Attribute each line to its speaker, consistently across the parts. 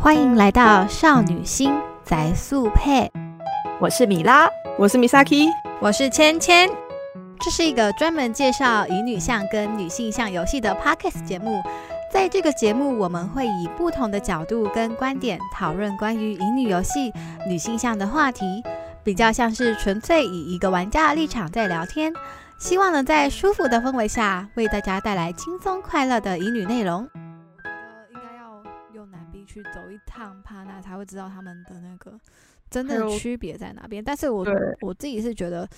Speaker 1: 欢迎来到少女心宅速配，
Speaker 2: 我是米拉，
Speaker 3: 我是 Misaki，
Speaker 4: 我是芊芊。
Speaker 1: 这是一个专门介绍乙女向跟女性向游戏的 podcast 节目。在这个节目，我们会以不同的角度跟观点讨论关于乙女游戏、女性向的话题，比较像是纯粹以一个玩家的立场在聊天。希望能在舒服的氛围下，为大家带来轻松快乐的乙女内容。呃应该要用南边去走一趟帕纳，才会知道他们的那个真正
Speaker 3: 还有
Speaker 1: 区别在哪边。但是我
Speaker 3: 对
Speaker 1: 我自己是觉得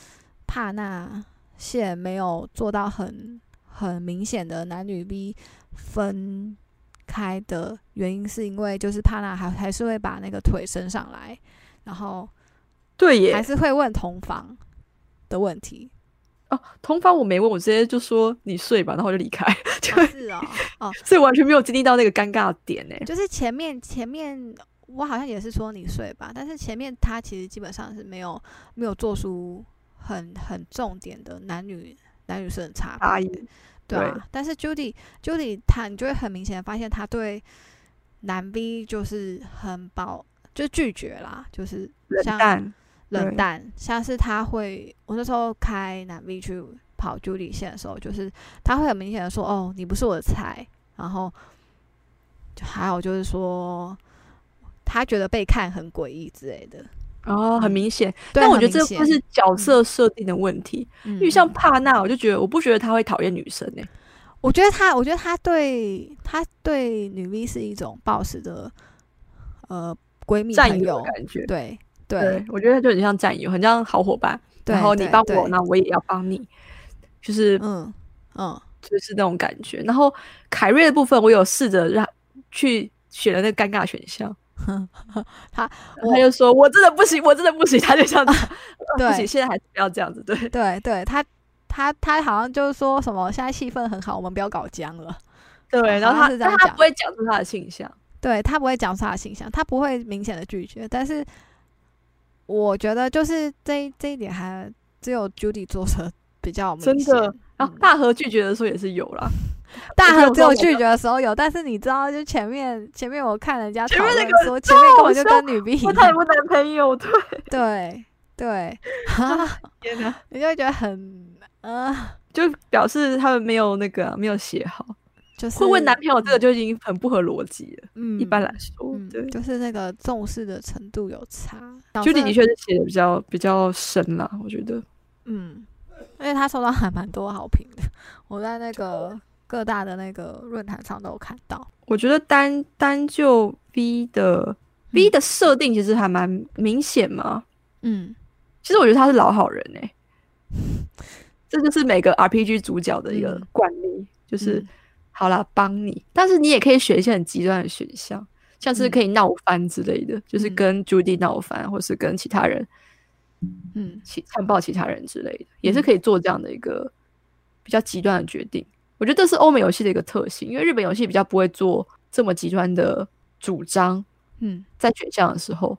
Speaker 1: 帕纳县没有做到很很明显的男女 B 分开的原因，是因为就是帕纳还还是会把那个腿伸上来，然后
Speaker 3: 对
Speaker 1: 还
Speaker 3: 耶，
Speaker 1: 是会问同房的问题。
Speaker 3: 哦，同房我没问，我直接就说你睡吧，然后就离开， 就
Speaker 1: 哦是哦，哦，
Speaker 3: 所以完全没有经历到那个尴尬的点呢。
Speaker 1: 就是前面前面我好像也是说你睡吧，但是前面他其实基本上是没有没有做出很很重点的男女男女生的差
Speaker 3: 差
Speaker 1: 别
Speaker 3: 异，
Speaker 1: 对
Speaker 3: 对
Speaker 1: 啊。但是 Judy Judy 他你就会很明显的发现他对男 B 就是很保就拒绝啦，就是
Speaker 3: 冷
Speaker 1: 像
Speaker 3: 淡，对
Speaker 1: 冷淡，像是他会，我那时候开南 B 去跑 Judy 线的时候，就是他会很明显的说，哦，你不是我的菜，然后就还有就是说，他觉得被看很诡异之类的。
Speaker 3: 哦，很明显。
Speaker 1: 嗯对
Speaker 3: 但我
Speaker 1: 很
Speaker 3: 觉得
Speaker 1: 明
Speaker 3: 这
Speaker 1: 显
Speaker 3: 不是角色设定的问题，因为像
Speaker 1: 嗯
Speaker 3: 帕纳，我就觉得我不觉得他会讨厌女生呢。
Speaker 1: 我觉得他，我觉得他对他对女 V 是一种暴食的，呃，闺蜜
Speaker 3: 占
Speaker 1: 朋
Speaker 3: 有
Speaker 1: 友
Speaker 3: 的，感觉。
Speaker 1: 对
Speaker 3: 对
Speaker 1: 对，
Speaker 3: 我觉得他就很像战友，很像好伙伴。
Speaker 1: 对，
Speaker 3: 然后你
Speaker 1: 对
Speaker 3: 帮
Speaker 1: 对
Speaker 3: 我，那我也要帮你，就是
Speaker 1: 嗯 嗯，
Speaker 3: 就是那种感觉。然后凯瑞的部分，我有试着让去选了那个尴尬选项，然后
Speaker 1: 我
Speaker 3: 他就说我真的不行，我真的不行，他就这样子，不
Speaker 1: 啊对
Speaker 3: 行，现在还是不要这样 子，对，
Speaker 1: 对对，他他他好像就是说什么现在气氛很好，我们不要搞僵了。
Speaker 3: 对。然后
Speaker 1: 好像
Speaker 3: 他
Speaker 1: 是这样
Speaker 3: 但他
Speaker 1: 讲
Speaker 3: 不会讲出他的倾向，
Speaker 1: 对他不会讲出他的形象，他不会明显的拒绝，但是我觉得就是这一这一点还只有 Judy 做的 比较明
Speaker 3: 真
Speaker 1: 显。
Speaker 3: 的。然后
Speaker 1: 嗯
Speaker 3: 大河拒绝的时候也是有啦，
Speaker 1: 大
Speaker 3: 我
Speaker 1: 河
Speaker 3: 就
Speaker 1: 只有
Speaker 3: 说
Speaker 1: 拒绝的时候有，但是你知道，就前面前面我看人家
Speaker 3: 前
Speaker 1: 讨
Speaker 3: 面那
Speaker 1: 论
Speaker 3: 个
Speaker 1: 说，前面根
Speaker 3: 好
Speaker 1: 本就
Speaker 3: 笑
Speaker 1: 跟女 B 一
Speaker 3: 我他有
Speaker 1: 样，
Speaker 3: 没有男朋友？ 对，
Speaker 1: 对对，
Speaker 3: 天哪，
Speaker 1: 你就会觉得很呃，
Speaker 3: 就表示他们没有那个啊、没有写好，
Speaker 1: 就是
Speaker 3: 会问男朋友这个就已经很不合逻辑了。
Speaker 1: 嗯
Speaker 3: 一般来说，
Speaker 1: 嗯
Speaker 3: 对，
Speaker 1: 就是那个重视的程度有差。
Speaker 3: 就你的确是写的比较比较深啦，我觉得。
Speaker 1: 嗯，而且他收到还蛮多好评的，我在那个各大的那个论坛上都有看到。
Speaker 3: 我觉得单单就 V 的 V 的设定其实还蛮明显嘛。
Speaker 1: 嗯，
Speaker 3: 其实我觉得他是老好人 哎、这就是每个 RPG 主角的一个
Speaker 1: 嗯
Speaker 3: 惯例，就、
Speaker 1: 就是
Speaker 3: 好啦，帮你，但是你也可以选一些很极端的选项，像是
Speaker 1: 嗯
Speaker 3: 可以闹翻之类的，就是
Speaker 1: 嗯
Speaker 3: 跟 Judy 闹翻，或是跟其他人
Speaker 1: 嗯
Speaker 3: 其残暴其他人之类的，也是可以做这样的一个比较极端的决定。我觉得这是欧美游戏的一个特性，因为日本游戏比较不会做这么极端的主张，
Speaker 1: 嗯
Speaker 3: 在选项的时候，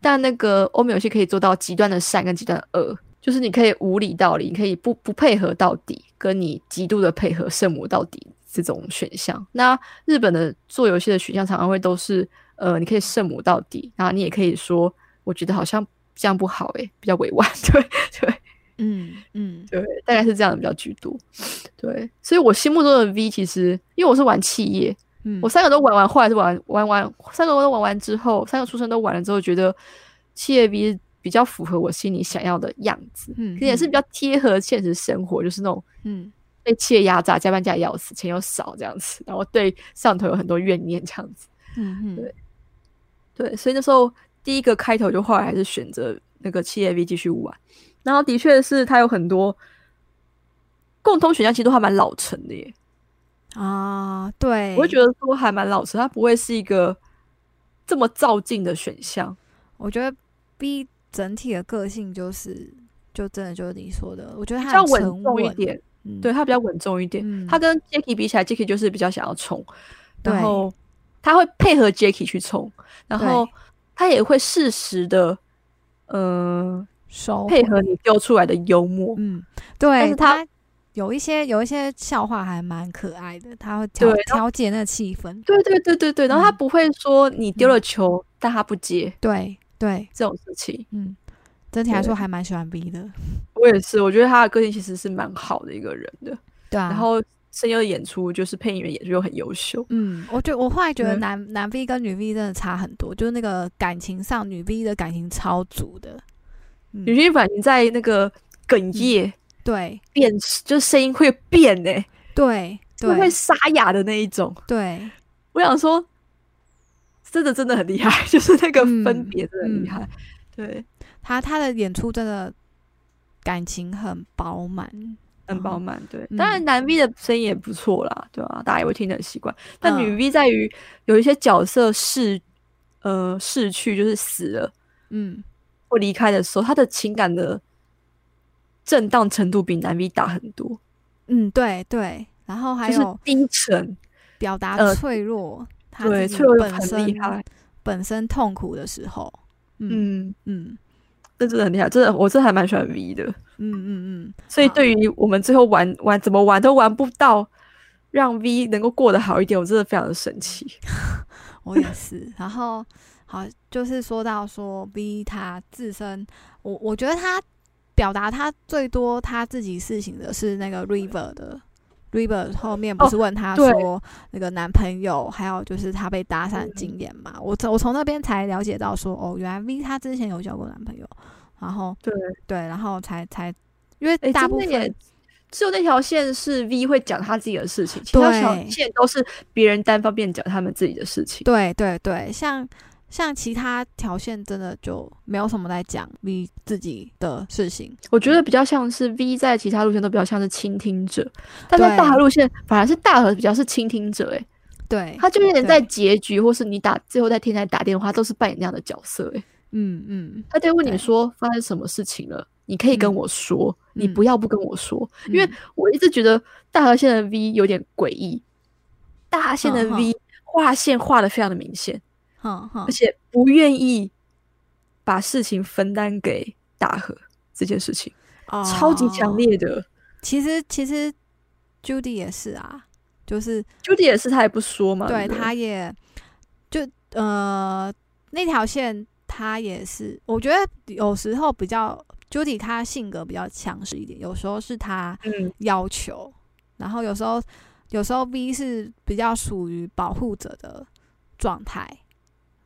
Speaker 3: 但那个欧美游戏可以做到极端的善跟极端的恶，就是你可以无理到理，你可以不不配合到底，跟你极度的配合圣母到底这种选项。那日本的做游戏的选项常常会都是，呃，你可以圣母到底，然后你也可以说，我觉得好像这样不好、欸，比较委婉， 对对
Speaker 1: 嗯嗯
Speaker 3: 对，大概是这样的比较居多，对。所以我心目中的 V 其实，因为我是玩企业，
Speaker 1: 嗯，
Speaker 3: 我三个都玩完，后来是玩玩玩三个都玩完之后，三个出生都玩了之后，觉得企业 V 比较符合我心里想要的样子，
Speaker 1: 嗯
Speaker 3: 可也是比较贴合现实生活，就是那种
Speaker 1: 嗯
Speaker 3: 被企业压榨，加班加得要死，钱又少这样子，然后对上头有很多怨念这样子。
Speaker 1: 嗯嗯
Speaker 3: 对对，所以那时候第一个开头就后来还是选择那个企业 V 继续玩，然后的确是它有很多共通选项，其实都还蛮老成的耶。
Speaker 1: 啊，对，
Speaker 3: 我会觉
Speaker 1: 得
Speaker 3: 得说还蛮老实，它不会是一个这么照进的选项。
Speaker 1: 我觉得 B 整体的个性就是。就真的就是你说的，我觉得
Speaker 3: 比
Speaker 1: 他
Speaker 3: 较
Speaker 1: 很
Speaker 3: 稳
Speaker 1: 沉
Speaker 3: 重一
Speaker 1: 稳，
Speaker 3: 点，
Speaker 1: 嗯
Speaker 3: 对，它比较稳重一点。
Speaker 1: 嗯
Speaker 3: 它跟 Jacky 比起来，Jacky 就是比较想要冲，
Speaker 1: 对
Speaker 3: 然后他会配合 Jacky 去冲，然后
Speaker 1: 对
Speaker 3: 他也会适时的，嗯、
Speaker 1: 收
Speaker 3: 配
Speaker 1: 回
Speaker 3: 合你丢出来的幽默。
Speaker 1: 嗯，
Speaker 3: 但
Speaker 1: 对
Speaker 3: 是他
Speaker 1: 他有一些有一些笑话还蛮可爱的，他会调
Speaker 3: 对
Speaker 1: 调节那气氛。
Speaker 3: 对对对对对，然后他
Speaker 1: 嗯
Speaker 3: 不会说你丢了球，但他不接
Speaker 1: 对对，
Speaker 3: 这种事情。
Speaker 1: 嗯，整体来说
Speaker 3: 对
Speaker 1: 还蛮喜欢 B 的。
Speaker 3: 我也是，我觉得他的个性其实是蛮好的一个人的。
Speaker 1: 对啊，
Speaker 3: 然后声优的演出就是配音员演出又很优秀，
Speaker 1: 嗯，我觉得我后来觉得
Speaker 3: 嗯
Speaker 1: 男、男 V 跟女 V 真的差很多，就是那个感情上，女 V 的感情超足的。嗯
Speaker 3: 女性反应在那个哽咽、
Speaker 1: 对
Speaker 3: 变，就是声音会变哎、欸，
Speaker 1: 对
Speaker 3: 就会
Speaker 1: 对
Speaker 3: 沙哑的那一种。
Speaker 1: 对，
Speaker 3: 我想说，真的真的很厉害， 就是那个
Speaker 1: 嗯
Speaker 3: 分别真的很厉害。对，
Speaker 1: 他他的演出真的感情很饱满。
Speaker 3: 很饱
Speaker 1: 哦
Speaker 3: 满。对，
Speaker 1: 嗯
Speaker 3: 当然男 V 的声音也不错啦，对吧、大家也会听得很习惯。但女
Speaker 1: 嗯
Speaker 3: V 在于有一些角色逝，呃，逝去就是死了
Speaker 1: 嗯，
Speaker 3: 或离开的时候，她的情感的震荡程度比男 V 大很多，
Speaker 1: 嗯，对对，然后还
Speaker 3: 就是
Speaker 1: 有
Speaker 3: 低沉，
Speaker 1: 表达
Speaker 3: 呃
Speaker 1: 脆弱，他
Speaker 3: 对，
Speaker 1: 自己
Speaker 3: 脆弱
Speaker 1: 本
Speaker 3: 很厉
Speaker 1: 身
Speaker 3: 害。
Speaker 1: 本身痛苦的时候，嗯
Speaker 3: 嗯，
Speaker 1: 嗯
Speaker 3: 这真的很厉害，真的，我真的还蛮喜欢 V 的。
Speaker 1: 嗯嗯嗯，
Speaker 3: 所以
Speaker 1: 好
Speaker 3: 对于我们最后玩玩怎么玩都玩不到，让 V 能够过得好一点，我真的非常的生气。
Speaker 1: 嗯我也是。然后好，就是说到说 B 他自身，我我觉得他表达他最多他自己事情的是那个 River 的。River 后面不
Speaker 3: 哦
Speaker 1: 是问他
Speaker 3: 对
Speaker 1: 说那个男朋友，还有就是他被搭讪的经
Speaker 3: 嗯
Speaker 1: 验嘛？我从我从那边才了解到说，哦，原来 V 他之前有交过男朋友，然后
Speaker 3: 对，
Speaker 1: 对，然后才才因为
Speaker 3: 哎，
Speaker 1: 大
Speaker 3: 真
Speaker 1: 部
Speaker 3: 的
Speaker 1: 分
Speaker 3: 也只有那条线是 V 会讲他自己的事情，其他条
Speaker 1: 对
Speaker 3: 线都是别人单方面讲他们自己的事情。
Speaker 1: 对对对，像像其他条线真的就没有什么在讲 V 自己的事情，
Speaker 3: 我觉得比较像是 V 在其他路线都比较像是倾听者，但在
Speaker 1: 对
Speaker 3: 大河路线反而是大河比较是倾听者、欸。哎，
Speaker 1: 对，
Speaker 3: 他就有点在
Speaker 1: 对
Speaker 3: 结局或是你打最后在天台打电话都是扮演那样的角色、欸。哎，
Speaker 1: 嗯嗯，
Speaker 3: 他就会问
Speaker 1: 对
Speaker 3: 你说发生什么事情了，你可以跟
Speaker 1: 嗯
Speaker 3: 我说，你
Speaker 1: 嗯
Speaker 3: 不要不跟我说。因为
Speaker 1: 嗯
Speaker 3: 我一直觉得大河线的 V 有点诡异，大河线的
Speaker 1: 嗯
Speaker 3: V 画线画的非常的明显，
Speaker 1: 哼哼
Speaker 3: 而，且不愿意把事情分担给大河这件事情，超级强
Speaker 1: 哦。
Speaker 3: 烈的。
Speaker 1: 其实其实 Judy 也是啊，就是
Speaker 3: 朱迪也是，他也不说嘛，
Speaker 1: 对，
Speaker 3: 不
Speaker 1: 他也就呃那条线，他也是，我觉得有时候比较 Judy 他性格比较强势一点，有时候是他
Speaker 3: 嗯，
Speaker 1: 要求，然后有时候有时候 V 是比较属于保护者的状态，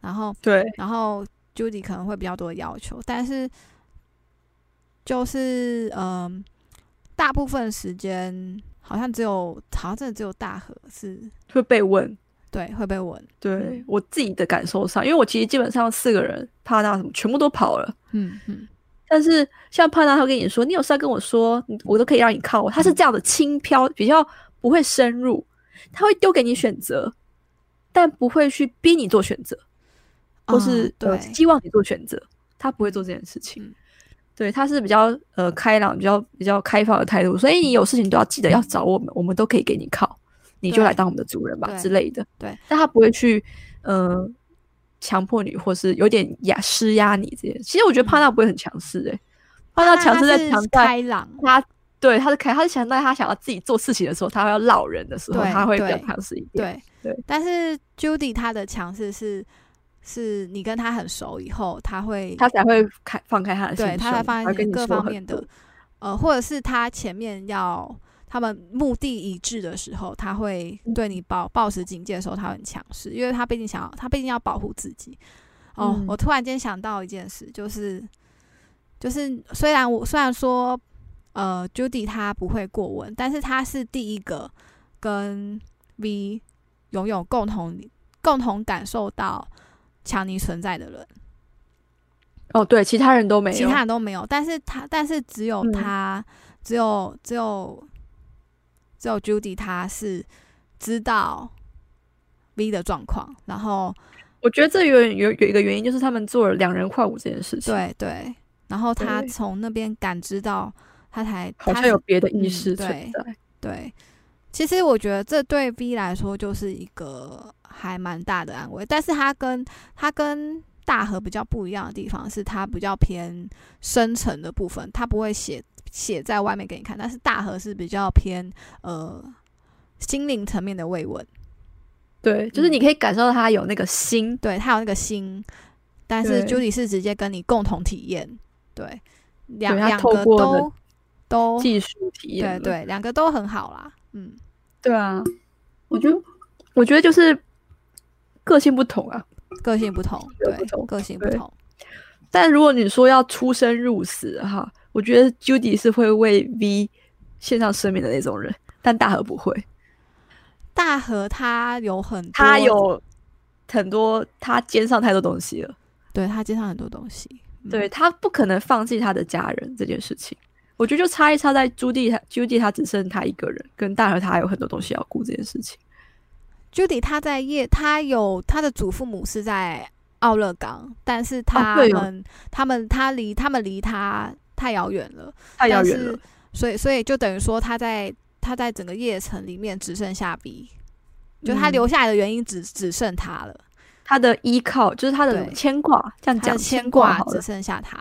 Speaker 1: 然后
Speaker 3: 对，
Speaker 1: 然后 Judy 可能会比较多的要求，但是就是嗯、大部分时间好像只有好像真的只有大河是
Speaker 3: 会被问。
Speaker 1: 对会被吻，
Speaker 3: 对
Speaker 1: 嗯
Speaker 3: 我自己的感受上，因为我其实基本上四个人，帕纳什么全部都跑了。
Speaker 1: 嗯嗯，
Speaker 3: 但是像胖娜，他会跟你说，你有事要跟我说，你我都可以让你靠我。他
Speaker 1: 嗯
Speaker 3: 是这样的轻飘，比较不会深入，他会丢给你选择，但不会去逼你做选择，或是、
Speaker 1: 嗯
Speaker 3: 呃
Speaker 1: 对
Speaker 3: 希望你做选择，他不会做这件事情。
Speaker 1: 嗯
Speaker 3: 对，他是比较呃开朗、比较比较开放的态度，所以你有事情都要记得要找我们，我们都可以给你靠，你就
Speaker 1: 对
Speaker 3: 来当我们的主人吧
Speaker 1: 对
Speaker 3: 之类的。
Speaker 1: 对，
Speaker 3: 但他不会去呃强迫你，或是有点压施压你这些。其实我觉得
Speaker 1: 嗯
Speaker 3: 胖娜不会很强势诶、欸，胖娜强势在
Speaker 1: 是
Speaker 3: 强在
Speaker 1: 开朗，
Speaker 3: 他对他是开，他是强在他想要自己做事情的时候，他要闹人的时候，
Speaker 1: 对
Speaker 3: 他会比较
Speaker 1: 对
Speaker 3: 强势一点。
Speaker 1: 对
Speaker 3: 对
Speaker 1: 但是 Judy 她的强势是是你跟她很熟以后，她会
Speaker 3: 他才会开放开他的心
Speaker 1: 对
Speaker 3: 胸，
Speaker 1: 他才发
Speaker 3: 然后跟
Speaker 1: 现
Speaker 3: 你
Speaker 1: 各
Speaker 3: 说
Speaker 1: 方
Speaker 3: 很
Speaker 1: 面
Speaker 3: 多
Speaker 1: 的，呃，或者是他前面要他们目的一致的时候，他会
Speaker 3: 嗯
Speaker 1: 对你保保持警戒的时候，他很强势，因为他毕竟想要，他毕竟要保护自己。哦，
Speaker 3: 嗯
Speaker 1: 我突然间想到一件事，就是就是虽然我虽然说呃，Judy 她不会过问，但是她是第一个跟 V 拥有共同共同感受到强尼存在的人。
Speaker 3: 哦，对，其他人都没有，
Speaker 1: 其他人都没有，但是他但是只有
Speaker 3: 嗯
Speaker 1: 他，只有只有只有 Judy 他是知道 V 的状况，然后
Speaker 3: 我觉得这有有有一个原因，就是他们做了两人换舞这件事情，，
Speaker 1: 对对，然后他
Speaker 3: 对
Speaker 1: 从那边感知到，他才
Speaker 3: 好
Speaker 1: 他
Speaker 3: 像
Speaker 1: 是
Speaker 3: 有别的意
Speaker 1: 嗯
Speaker 3: 识存
Speaker 1: 对
Speaker 3: 在。
Speaker 1: 对。其实我觉得这对 V 来说就是一个还蛮大的安慰，但是他跟他跟大河比较不一样的地方是，他比较偏深层的部分，他不会写写在外面给你看，但是大和是比较偏呃心灵层面的慰问，
Speaker 3: 对，就是你可以感受到他有那个心，
Speaker 1: 对他有那个心，但是
Speaker 3: 对
Speaker 1: Judy 是直接跟你共同体验，对，两
Speaker 3: 对他
Speaker 1: 两
Speaker 3: 透
Speaker 1: 个
Speaker 3: 过了
Speaker 1: 都都
Speaker 3: 技术体验
Speaker 1: 对
Speaker 3: 了，
Speaker 1: 对，两个都很好啦，嗯，
Speaker 3: 对啊，我觉得我觉得就是个性不同啊，
Speaker 1: 个性不同，
Speaker 3: 个
Speaker 1: 对
Speaker 3: 不，同
Speaker 1: 个性不
Speaker 3: 对
Speaker 1: 同，
Speaker 3: 但如果你说要出生入死哈，我觉得 Judy 是会为 V 献上生命的那种人，但大和不会，
Speaker 1: 大和他有很多，
Speaker 3: 他有很多他肩上太多东西了，
Speaker 1: 对他肩上很多东西，嗯
Speaker 3: 对他不可能放弃他的家人这件事情。我觉得就差一差在 Judy 他 Judy 他只剩他一个人，跟大和他还有很多东西要顾这件事情。
Speaker 1: Judy 她在夜，她有她的祖父母是在奥勒冈，但是他
Speaker 3: 对哦
Speaker 1: 们、他们他离他们离他太遥远了，
Speaker 3: 太遥
Speaker 1: 但
Speaker 3: 远
Speaker 1: 是
Speaker 3: 了，
Speaker 1: 所以所以就等于说他在他在整个夜城里面只剩下 B，就他
Speaker 3: 嗯
Speaker 1: 留下来的原因只、只剩他了，
Speaker 3: 他的依靠就是他的
Speaker 1: 对
Speaker 3: 牵挂，这样嗯
Speaker 1: 他
Speaker 3: 讲
Speaker 1: 的牵
Speaker 3: 挂
Speaker 1: 挂
Speaker 3: 好
Speaker 1: 只
Speaker 3: 了。
Speaker 1: 剩下他，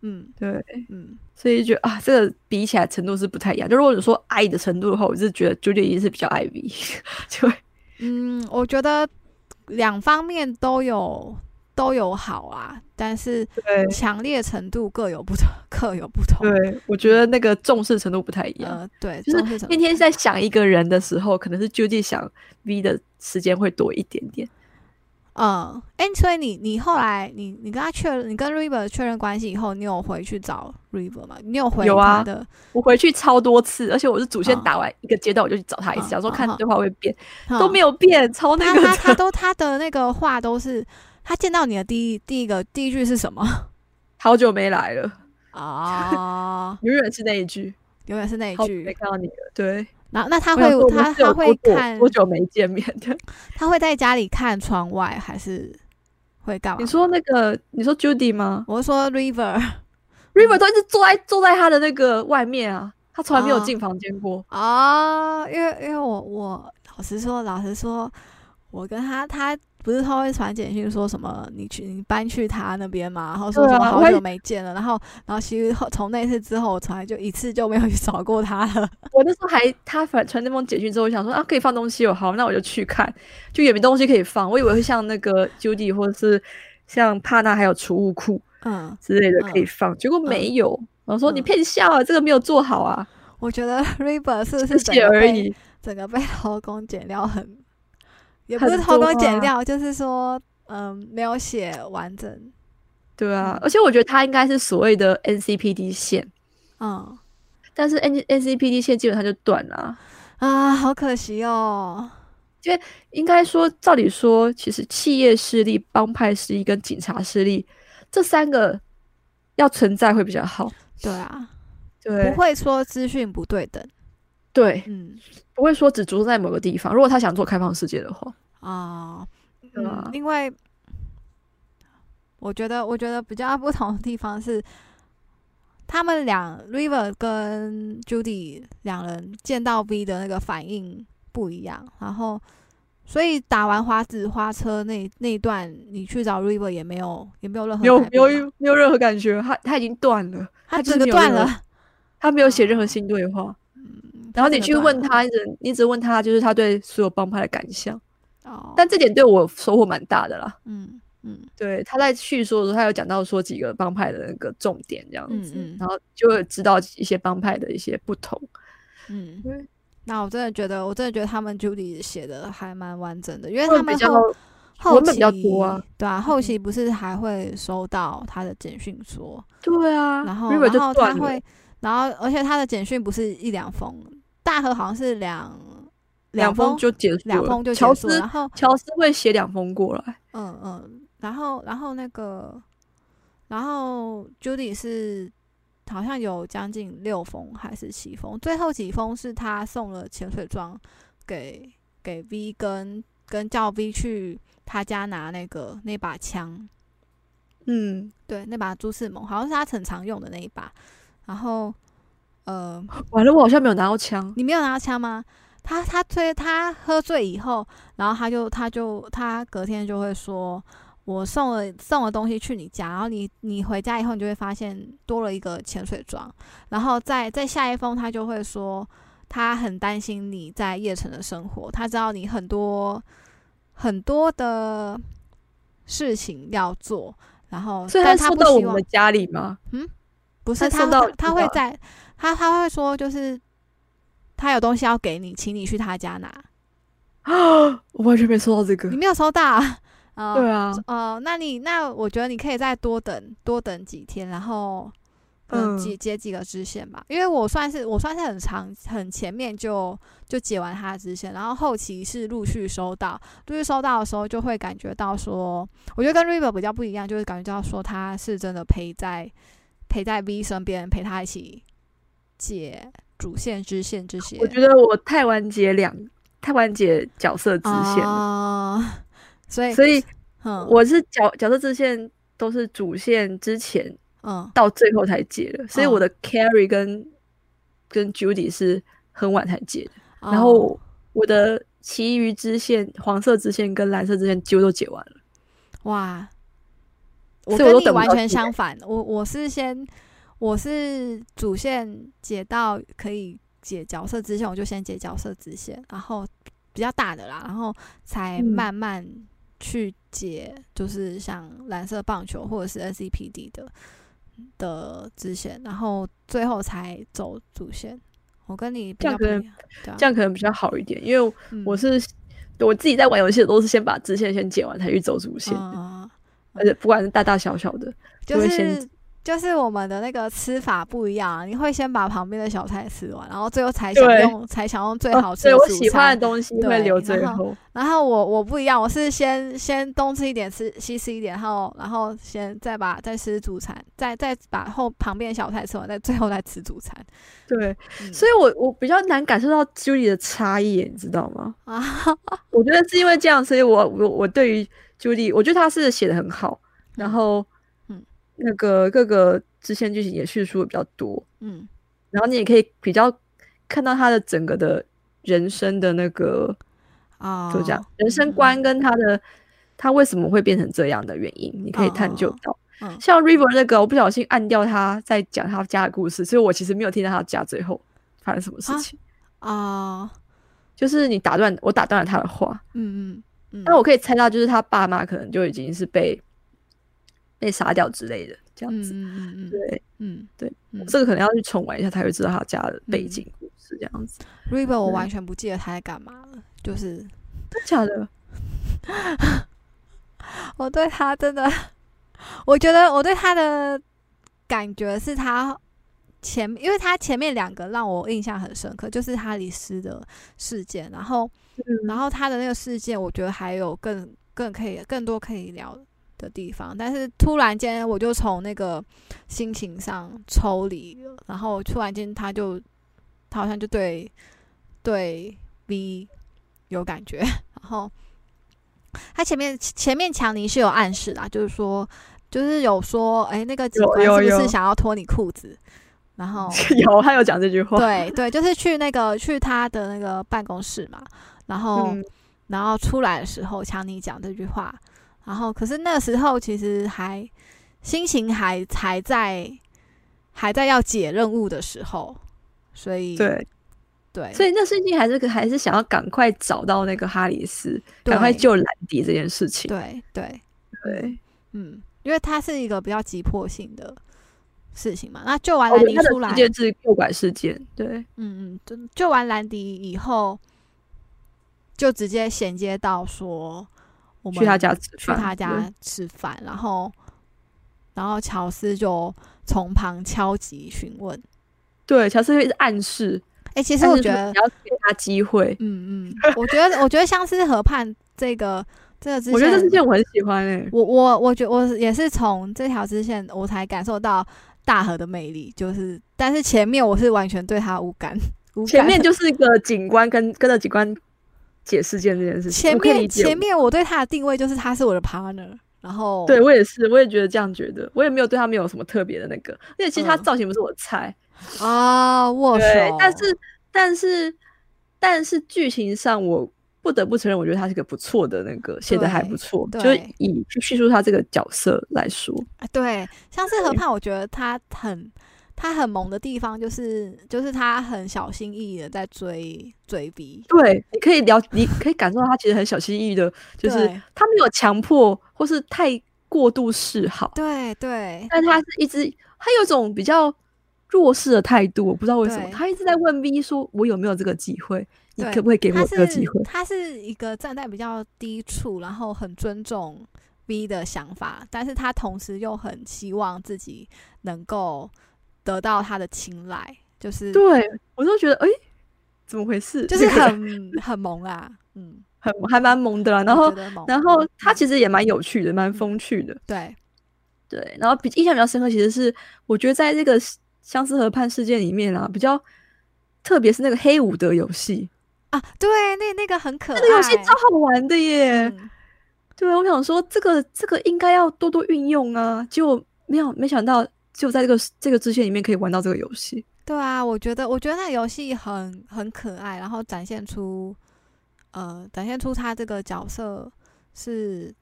Speaker 1: 嗯
Speaker 3: 对，
Speaker 1: 嗯，
Speaker 3: 所以觉得啊，这个比起来程度是不太一样。就如果你说爱的程度的话，我是觉得 Judy 一定是比较爱 V，就 会
Speaker 1: 嗯，我觉得两方面都有都有好啊，但是
Speaker 3: 对
Speaker 1: 强烈程度各有不同，各有不同。
Speaker 3: 对，我觉得那个重视程度不太一样。
Speaker 1: 呃，对，
Speaker 3: 就是哎
Speaker 1: 重视程
Speaker 3: 天
Speaker 1: 度
Speaker 3: 天在想一个人的时候，可能是 Judy 想 V 的时间会多一点点。
Speaker 1: 嗯，哎、所以你你后来你你跟他确认，你跟 River 确认关系以后，你有回去找 River 吗？你有回
Speaker 3: 有啊
Speaker 1: 他的？
Speaker 3: 我回去超多次，而且我是主线
Speaker 1: 嗯
Speaker 3: 打完一个阶段我就去找他一次，
Speaker 1: 嗯
Speaker 3: 想说
Speaker 1: 嗯
Speaker 3: 看
Speaker 1: 嗯
Speaker 3: 对话会变，
Speaker 1: 嗯
Speaker 3: 都没有变，超那
Speaker 1: 他
Speaker 3: 个
Speaker 1: 他他
Speaker 3: 的。
Speaker 1: 都他的那个话都是，他见到你的第一第一个第一句是什么？
Speaker 3: 好久没来了，
Speaker 1: 啊、
Speaker 3: 永远是那一句，
Speaker 1: 永远是那一
Speaker 3: 哦好久没
Speaker 1: 句。
Speaker 3: 看到你了。对，
Speaker 1: 然后那他
Speaker 3: 我想说
Speaker 1: 会
Speaker 3: 我们
Speaker 1: 他
Speaker 3: 是有
Speaker 1: 他会
Speaker 3: 多久
Speaker 1: 看嗯
Speaker 3: 多久没见面的。
Speaker 1: 他会在家里看窗外，还是会干嘛？
Speaker 3: 你说那个，你说 Judy 吗
Speaker 1: 我是说 River 嗯
Speaker 3: ？River 都一直坐在坐在他的那个外面啊，他从来没有
Speaker 1: 嗯
Speaker 3: 进房间过。
Speaker 1: 啊、因为因为我我老实说，老实说，我跟他他不是他会传简讯说什么你去你搬去他那边嘛，然后说
Speaker 3: 对
Speaker 1: 什
Speaker 3: 啊
Speaker 1: 么
Speaker 3: 我
Speaker 1: 好
Speaker 3: 还
Speaker 1: 久没见了，然后然后其实后从那次之后，我从来就一次就没有去找过他 了。
Speaker 3: 我那时候还他反传那封简讯之后，我想说啊可以放东西哦，好，那我就去看，就也没东西可以放，我以为会像那个 Judy 或者是像帕娜还有储物库
Speaker 1: 嗯，
Speaker 3: 之类的可以
Speaker 1: 嗯
Speaker 3: 放，结果没有。然后说
Speaker 1: 嗯
Speaker 3: 你骗笑啊，这个没有做好啊，
Speaker 1: 我觉得 River 是不
Speaker 3: 这
Speaker 1: 是整
Speaker 3: 些
Speaker 1: 个
Speaker 3: 而
Speaker 1: 被
Speaker 3: 已。
Speaker 1: 整个被偷工减料很，也不是
Speaker 3: 很
Speaker 1: 偷
Speaker 3: 多
Speaker 1: 工减
Speaker 3: 啊
Speaker 1: 料，就是说嗯没有写完整。
Speaker 3: 对啊，而且我觉得他应该是所谓的 NCPD 线，
Speaker 1: 嗯
Speaker 3: 但是 N NCPD 线基本上就断了啊、
Speaker 1: 啊，好可惜哦。
Speaker 3: 应该说，照理说，其实企业势力、帮派势力跟警察势力这三个要存在会比较好。
Speaker 1: 对啊，
Speaker 3: 对
Speaker 1: 不会说资讯不对等。
Speaker 3: 对，
Speaker 1: 嗯
Speaker 3: 不会说只着重在某个地方。如果他想做开放世界的话，
Speaker 1: 啊、
Speaker 3: 对
Speaker 1: 嗯
Speaker 3: 啊，
Speaker 1: 因为我觉得，我觉得比较不同的地方是，他们俩 River 跟 Judy 两人见到 V 的那个反应不一样，然后所以打完花子花车那那一段，你去找 River 也没有也没有任何
Speaker 3: 没有
Speaker 1: 改
Speaker 3: 没有
Speaker 1: 变嘛
Speaker 3: 没有任何感觉，他他已经断了，
Speaker 1: 他
Speaker 3: 就
Speaker 1: 整
Speaker 3: 是
Speaker 1: 个
Speaker 3: 没有
Speaker 1: 断
Speaker 3: 任
Speaker 1: 了
Speaker 3: 何，他没有写
Speaker 1: 啊
Speaker 3: 任何新对话。然后你
Speaker 1: 整个
Speaker 3: 去
Speaker 1: 断
Speaker 3: 问
Speaker 1: 了
Speaker 3: 他，一直一直问他，就是他对所有帮派的感想。
Speaker 1: 哦，
Speaker 3: 但这点对我收获蛮大的啦。
Speaker 1: 嗯嗯
Speaker 3: 对，他在叙述的时候，他有讲到说几个帮派的那个重点这样
Speaker 1: 嗯
Speaker 3: 子，
Speaker 1: 嗯
Speaker 3: 然后就会知道一些帮派的一些不同。
Speaker 1: 嗯
Speaker 3: 对，
Speaker 1: 那我真的觉得，我真的觉得他们 Judy 写的还蛮完整的，因为
Speaker 3: 会
Speaker 1: 他们
Speaker 3: 比较
Speaker 1: 后后
Speaker 3: 文
Speaker 1: 期
Speaker 3: 本比较多啊，
Speaker 1: 对啊，后期不是还会收到他的简讯说，
Speaker 3: 对啊，
Speaker 1: 然后
Speaker 3: River
Speaker 1: 然
Speaker 3: 就
Speaker 1: 后他
Speaker 3: 断了
Speaker 1: 会，，然后而且他的简讯不是一两封，大和好像是两
Speaker 3: 两
Speaker 1: 封
Speaker 3: 封就结束了，
Speaker 1: 两封就
Speaker 3: 乔
Speaker 1: 结束
Speaker 3: 斯
Speaker 1: 了，然后
Speaker 3: 乔斯会写两封过来，
Speaker 1: 嗯嗯，然后然后那个，然后 Judy 是好像有将近六封还是七封，最后几封是他送了潜水装给给 V 跟跟叫 V 去他家拿那个那把枪，
Speaker 3: 嗯，
Speaker 1: 对，那把朱世猛好像是他很常用的那一把，然后 呃，
Speaker 3: 完了，我好像没有拿到枪，
Speaker 1: 你没有拿到枪吗？他他推他喝醉以后，然后他就他就他隔天就会说，我送了送了东西去你家，然后你你回家以后，你就会发现多了一个潜水装，然后再再下一封他就会说他很担心你在叶城的生活，他知道你很多很多的事情要做，然后
Speaker 3: 所以
Speaker 1: 嗯但
Speaker 3: 他
Speaker 1: 不
Speaker 3: 送到我
Speaker 1: 希
Speaker 3: 们
Speaker 1: 望
Speaker 3: 的家里吗？
Speaker 1: 不
Speaker 3: 他
Speaker 1: 是他
Speaker 3: 收到
Speaker 1: 他
Speaker 3: 你
Speaker 1: 他
Speaker 3: 的
Speaker 1: 会在他他会说就是他有东西要给你，请你去他家拿，
Speaker 3: 我完全没收到这个
Speaker 1: 你。没有收到啊？ 呃
Speaker 3: 对啊，
Speaker 1: 哦，那你那我觉得你可以再多等多等几天，然后嗯
Speaker 3: 嗯
Speaker 1: 解解几个支线吧，因为我算是我算是很长很前面就就解完他的支线，然后后期是陆续收到，陆续收到的时候就会感觉到说，我觉得跟 River 比较不一样，就是感觉到说他是真的陪在陪在 V 身边，陪他一起解主线支线这些，
Speaker 3: 我觉得我太完结两太完结角色支线了，
Speaker 1: 哦 所以
Speaker 3: 所以
Speaker 1: 嗯
Speaker 3: 我是角角色支线都是主线之前
Speaker 1: 嗯
Speaker 3: 到最后才解的，所以
Speaker 1: 哦
Speaker 3: 我的 carry 跟跟 Judy 是很晚才解的，然
Speaker 1: 哦
Speaker 3: 后我的其余支线黄色支线跟蓝色支线几乎都解完了。
Speaker 1: 哇，我
Speaker 3: 所以我
Speaker 1: 跟
Speaker 3: 都
Speaker 1: 你
Speaker 3: 等不
Speaker 1: 完
Speaker 3: 到
Speaker 1: 全
Speaker 3: 自己
Speaker 1: 相反，我我是先我是主线解到可以解角色支线，我就先解角色支线，然后比较大的啦，然后才
Speaker 3: 嗯
Speaker 1: 慢慢去解，就是像蓝色棒球或者是 NCPD 的的支线，然后最后才走主线。我跟你比
Speaker 3: 这
Speaker 1: 较
Speaker 3: 样
Speaker 1: 不一
Speaker 3: 可
Speaker 1: 样
Speaker 3: 能，
Speaker 1: 对啊
Speaker 3: 这样可能比较好一点，因为
Speaker 1: 嗯
Speaker 3: 我是、我自己在玩游戏的都是先把支线先解完才去走主线，
Speaker 1: 嗯嗯嗯
Speaker 3: 而且不管是大大小小的，
Speaker 1: 就
Speaker 3: 就会先
Speaker 1: 是就是我们的那个吃法不一样啊，你会先把旁边的小菜吃完，然后最后才想
Speaker 3: 对
Speaker 1: 用才想用最
Speaker 3: 哦
Speaker 1: 好吃
Speaker 3: 对
Speaker 1: 的
Speaker 3: 我
Speaker 1: 主
Speaker 3: 喜欢
Speaker 1: 餐。
Speaker 3: 的东西会
Speaker 1: 对
Speaker 3: 留最
Speaker 1: 然后
Speaker 3: 后。
Speaker 1: 然后我我不一样，我是先先东吃一点，吃西吃一点，然后然后先再把再吃主餐，再再把后旁边的小菜吃完，再最后再吃主餐。
Speaker 3: 对，
Speaker 1: 嗯
Speaker 3: 所以我我比较难感受到 Judy 的差异，你知道吗？
Speaker 1: 啊，
Speaker 3: 我觉得是因为这样，所以我我我对于 Judy，我觉得他是写的很好，然后
Speaker 1: 嗯
Speaker 3: 那个各个支线剧情也叙述的比较多，
Speaker 1: 嗯，
Speaker 3: 然后你也可以比较看到他的整个的人生的那个
Speaker 1: 哦，
Speaker 3: 就这样，人生观跟他的他为什么会变成这样的原因，你可以探究
Speaker 1: 嗯
Speaker 3: 到。
Speaker 1: 嗯嗯
Speaker 3: 像 River 那个，我不小心按掉他在讲他家的故事，所以我其实没有听到他家最后发生什么事
Speaker 1: 啊
Speaker 3: 情。
Speaker 1: 哦，
Speaker 3: 就是你打断我打断了他的话，
Speaker 1: 嗯嗯嗯，
Speaker 3: 但我可以猜到，就是他爸妈可能就已经是被被杀掉之类的这样
Speaker 1: 嗯
Speaker 3: 子。
Speaker 1: 嗯嗯嗯
Speaker 3: 对，
Speaker 1: 嗯
Speaker 3: 对
Speaker 1: 嗯
Speaker 3: 这个可能要去重玩一下才会知道他家的背
Speaker 1: 嗯
Speaker 3: 景故事这样子。
Speaker 1: ，River 我
Speaker 3: 对
Speaker 1: 完全不记得他在干嘛了，就是
Speaker 3: 真的假的？
Speaker 1: 我对他真的， 我觉得我对他的感觉是他前，因为他前面两个让我印象很深刻，就是哈里斯的事件，然后
Speaker 3: 嗯
Speaker 1: 然后他的那个事件，我觉得还有更更可以更多可以聊的地方，但是突然间我就从那个心情上抽离了，然后突然间他就他好像就对对 V 有感觉，然后他前面前面强尼是有暗示啦，就是说就是有说，哎、那个警
Speaker 3: 有
Speaker 1: 官
Speaker 3: 有
Speaker 1: 是不是
Speaker 3: 有
Speaker 1: 想要脱你裤子？然后
Speaker 3: 有，他有讲这句话。
Speaker 1: 对对，就是去那个去他的那个办公室嘛，然后、
Speaker 3: 嗯，
Speaker 1: 然后出来的时候，强尼讲这句话，然后可是那时候其实还心情还还在还在要解任务的时候，所以
Speaker 3: 对。
Speaker 1: 对，
Speaker 3: 所
Speaker 1: 以
Speaker 3: 以那最近还是还是想要赶快找到那个哈里斯，赶快救兰迪这件事情。
Speaker 1: 对对，
Speaker 3: 对，
Speaker 1: 嗯，因为它是一个比较急迫性的事情嘛，那救完
Speaker 3: 哦
Speaker 1: 兰
Speaker 3: 对
Speaker 1: 迪
Speaker 3: 他
Speaker 1: 出
Speaker 3: 的
Speaker 1: 来
Speaker 3: 事，件是诱拐事件。对，
Speaker 1: 嗯嗯，就救完兰迪以后，就直接衔接到说我们
Speaker 3: 去他家吃
Speaker 1: 去
Speaker 3: 饭。
Speaker 1: 他家吃饭，然后然后乔斯就从旁敲击询问。
Speaker 3: 对，对，乔斯会一直暗示，
Speaker 1: 哎、
Speaker 3: 其
Speaker 1: 其实我觉得
Speaker 3: 你，要给他机会。
Speaker 1: 嗯嗯，我觉得我觉得相思河畔这个这个支
Speaker 3: 我觉得这事
Speaker 1: 线，
Speaker 3: 件我很喜欢欸诶、
Speaker 1: 我我我觉我也是从这条支线我才感受到大河的魅力，就是但是前面我是完全对他无感，无感
Speaker 3: 前面就是一个警官跟跟着警官解事件这件事情，
Speaker 1: 前
Speaker 3: 我可以理
Speaker 1: 面
Speaker 3: 解
Speaker 1: 前面我对他的定位就是他是我的 partner，然后
Speaker 3: 对我也是，我也觉得这样觉得，我也没有对他没有什么特别的那个，而且其实他
Speaker 1: 嗯
Speaker 3: 造型不是我的菜，
Speaker 1: 啊握手
Speaker 3: 对，，但是但是但是剧情上我不得不承认，我觉得他是个不错的那个，写的还不错。
Speaker 1: 对
Speaker 3: 就是以去叙述他这个角色来说，
Speaker 1: 啊，对，像是河畔，我觉得他很他很萌的地方就是就是他很小心翼翼的在追追逼，
Speaker 3: 对，你可以了，你可以感受到他其实很小心翼翼的，就是
Speaker 1: 对
Speaker 3: 他没有强迫或是太过度示好，
Speaker 1: 对对
Speaker 3: 但他是一直他有一种比较弱势的态度，我不知道为什么
Speaker 1: 对，
Speaker 3: 他一直在问 V 说：“我有没有这个机会？你
Speaker 1: 对
Speaker 3: 可不 可以给
Speaker 1: 他
Speaker 3: 我这个
Speaker 1: 是
Speaker 3: 机会
Speaker 1: 他是一个站在比较低处，然后很尊重 V 的想法，但是他同时又很希望自己能够得到他的青睐，就是？”
Speaker 3: 对我都觉得，哎、怎么回事？
Speaker 1: 就是
Speaker 3: 这个人
Speaker 1: 很很萌啊，嗯，
Speaker 3: 很还蛮萌的啦。然
Speaker 1: 我
Speaker 3: 后
Speaker 1: 觉，得萌
Speaker 3: 然后他其实也蛮有趣的，蛮风趣的。
Speaker 1: 对
Speaker 3: 嗯对，然后比印象比较深刻，其实是我觉得在这个相思河畔事件里面啊，比较特别是那个黑伍德游戏，
Speaker 1: 啊，对，那那个很可爱，
Speaker 3: 那个游戏超好玩的耶。
Speaker 1: 嗯
Speaker 3: 对啊，我想说这个这个应该要多多运用啊，结果没有没想到，就在这个这个支线里面可以玩到这个游戏。
Speaker 1: 对啊，我觉得，我觉得那个游戏很很可爱，然后展现出，呃，展现出他这个角色是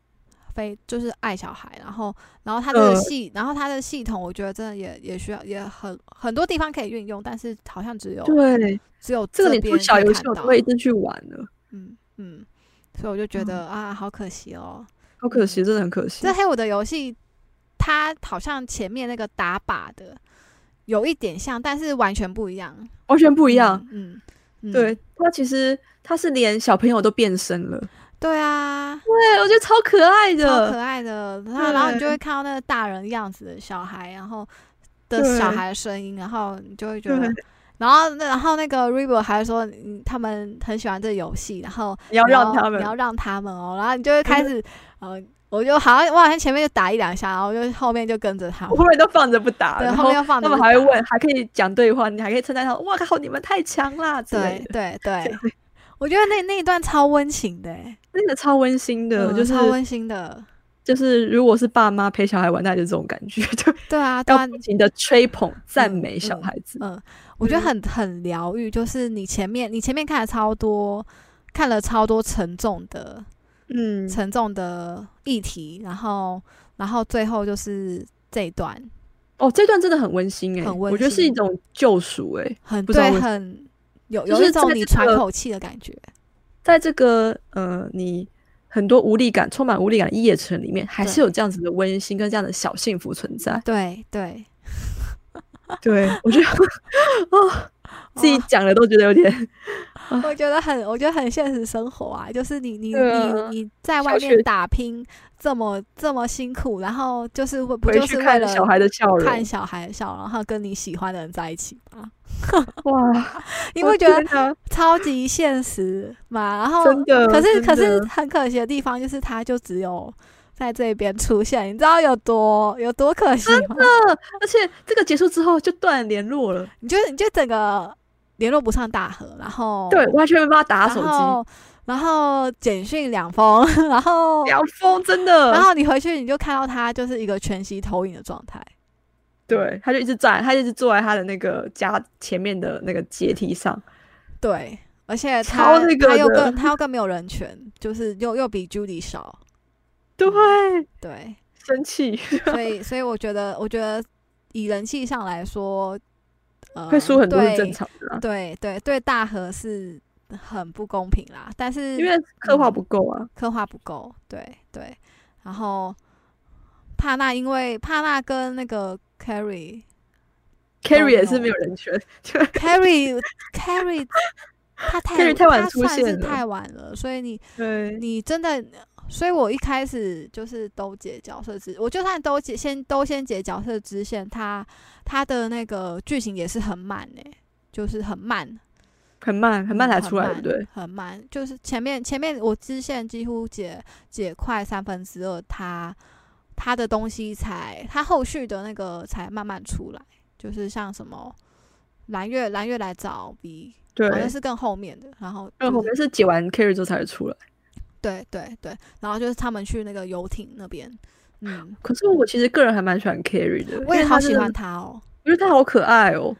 Speaker 1: 非就是爱小孩，然后，然后他这
Speaker 3: 呃
Speaker 1: 个系，然后他的系统，我觉得真的也也需要，也很很多地方可以运用，但是好像只有
Speaker 3: 对，
Speaker 1: 只有
Speaker 3: 哦这个你
Speaker 1: 边
Speaker 3: 做小
Speaker 1: 可以
Speaker 3: 游戏
Speaker 1: 看
Speaker 3: 我
Speaker 1: 到
Speaker 3: 都会一直去玩的，
Speaker 1: 嗯嗯，所以我就觉
Speaker 3: 嗯
Speaker 1: 得、啊，好可惜哦。
Speaker 3: 好可惜，真的很可惜
Speaker 1: 这。黑我的游戏，它好像前面那个打靶的有一点像，但是完全不一样，
Speaker 3: 完全不一样。
Speaker 1: 嗯，嗯，嗯
Speaker 3: 对，它其实它是连小朋友都变身了，
Speaker 1: 对啊，
Speaker 3: 对我觉得超可爱
Speaker 1: 超可
Speaker 3: 的。
Speaker 1: 爱的。然后，然后你就
Speaker 3: 对
Speaker 1: 会看到那个大人样子的小孩，然后的
Speaker 3: 对
Speaker 1: 小孩的声音，然后你就会觉得
Speaker 3: 对。
Speaker 1: 然后那，然后那个 r i b o 还说，嗯，他们很喜欢这个游戏，然后
Speaker 3: 你要
Speaker 1: 你
Speaker 3: 让他们
Speaker 1: 你要让他们哦，然后你就会开始，呃，我就好像我好像前面就打一两下，然后就后面就跟着他
Speaker 3: 我
Speaker 1: 们，
Speaker 3: 后面都放着不打，
Speaker 1: 对
Speaker 3: 然
Speaker 1: 后
Speaker 3: 后
Speaker 1: 面又放着
Speaker 3: 他们
Speaker 1: 不
Speaker 3: 还会
Speaker 1: 打
Speaker 3: 问，还可以讲对话，你还可以称赞他，哇靠，你们太强啦之类
Speaker 1: 对
Speaker 3: 的，
Speaker 1: 对对，我觉得那那一段超温情的欸，
Speaker 3: 那个超温馨的，
Speaker 1: 嗯
Speaker 3: 就是
Speaker 1: 超温馨的，
Speaker 3: 就是如果是爸妈陪小孩玩，那就是这种感觉，对，
Speaker 1: 对啊，对
Speaker 3: 要
Speaker 1: 啊，
Speaker 3: 不停的吹捧、赞
Speaker 1: 嗯
Speaker 3: 美小
Speaker 1: 嗯
Speaker 3: 孩子，
Speaker 1: 嗯，我觉得
Speaker 3: 嗯
Speaker 1: 很很疗愈，就是你前面你前面看了超多，看了超多沉重的
Speaker 3: 嗯，
Speaker 1: 沉重的议题，然后然后最后就是这一段
Speaker 3: 哦，这段真的很温馨哎、
Speaker 1: 很温
Speaker 3: 我觉得是一
Speaker 1: 馨
Speaker 3: 种救赎哎、
Speaker 1: 很
Speaker 3: 不知道
Speaker 1: 对
Speaker 3: 为什
Speaker 1: 很有
Speaker 3: 就
Speaker 1: 有一
Speaker 3: 是在
Speaker 1: 种你
Speaker 3: 这
Speaker 1: 喘
Speaker 3: 个
Speaker 1: 口气的感觉，
Speaker 3: 在这个呃，你很多无力感、充满无力感的夜城里面，还是
Speaker 1: 对。
Speaker 3: 有这样子的温馨跟这样的小幸福存在
Speaker 1: 对对，
Speaker 3: 对我觉得哦，自己
Speaker 1: 哇
Speaker 3: 讲的都觉得有 点
Speaker 1: 哦我觉得很，我觉得很现实生活啊，就是你你、
Speaker 3: 对啊
Speaker 1: 你你在外
Speaker 3: 小
Speaker 1: 面
Speaker 3: 学
Speaker 1: 打拼这么这么辛苦，然后就是为不
Speaker 3: 回
Speaker 1: 就是
Speaker 3: 去
Speaker 1: 为
Speaker 3: 看
Speaker 1: 了
Speaker 3: 小孩的笑
Speaker 1: 看
Speaker 3: 容，
Speaker 1: 小孩笑，然后跟你喜欢的人在一起吗？
Speaker 3: 哇！
Speaker 1: 你
Speaker 3: 我
Speaker 1: 会觉得
Speaker 3: 天哪
Speaker 1: 超级现实嘛？然后
Speaker 3: 真的
Speaker 1: 可是
Speaker 3: 真
Speaker 1: 可是
Speaker 3: 的
Speaker 1: 很可惜的地方就是，它就只有在这边出现，你知道有多有多可惜吗？
Speaker 3: 而且这个结束之后就断了联络了，
Speaker 1: 你就你就整个联络不上大河，然后
Speaker 3: 对，完全没办法打手
Speaker 1: 然
Speaker 3: 机。
Speaker 1: 后然后简讯两封，然后
Speaker 3: 凉风真的，
Speaker 1: 然后你回去你就看到他就是一个全息投影的状态，
Speaker 3: 对，他就一直站，他就一直坐在他的那个家前面的那个阶梯上，
Speaker 1: 对，而且
Speaker 3: 超
Speaker 1: 他
Speaker 3: 那个
Speaker 1: 他又
Speaker 3: 的
Speaker 1: 更他又更没有人权，就是又又比 Judy 少，
Speaker 3: 对，
Speaker 1: 对，
Speaker 3: 生气
Speaker 1: 所以所以我觉得我觉得以人气上来说，呃，
Speaker 3: 会输很多是
Speaker 1: 对
Speaker 3: 正常的啊、
Speaker 1: 对对对，大和是很不公平啦，但是嗯
Speaker 3: 因为刻画不够啊。
Speaker 1: 刻画不够，对对，然后帕纳因为帕纳跟那个 Carrie。
Speaker 3: Carrie 也
Speaker 1: 没
Speaker 3: 是
Speaker 1: 有
Speaker 3: 没有人权，对
Speaker 1: Carry Carry，他太
Speaker 3: Carrie 太晚
Speaker 1: 他
Speaker 3: 出
Speaker 1: 算是
Speaker 3: 现了
Speaker 1: 太晚了，所以你
Speaker 3: 对
Speaker 1: 你真的，所以我一开始就是都解角色支，我就算都解先都先解角色支线，他他的那个剧情也是很慢诶、就是很慢，
Speaker 3: 很慢很慢才
Speaker 1: 嗯
Speaker 3: 出来，对不对？，
Speaker 1: 很慢很慢，就是前面前面我支线几乎解解快三分之二，他他的东西才他后续的那个才慢慢出来，就是像什么蓝月蓝月来找 B，
Speaker 3: 对
Speaker 1: 好，像是更后面的，然后、就
Speaker 3: 然
Speaker 1: 是、
Speaker 3: 后我们是解完 Carrie 之后才会出来。
Speaker 1: 对对对，然后就是他们去那个游艇那边，嗯，
Speaker 3: 可是我其实个人还蛮喜欢 Carrie 的，
Speaker 1: 我也
Speaker 3: 因为
Speaker 1: 好
Speaker 3: 她真
Speaker 1: 喜
Speaker 3: 的
Speaker 1: 欢，他哦，
Speaker 3: 我觉得她好可爱哦，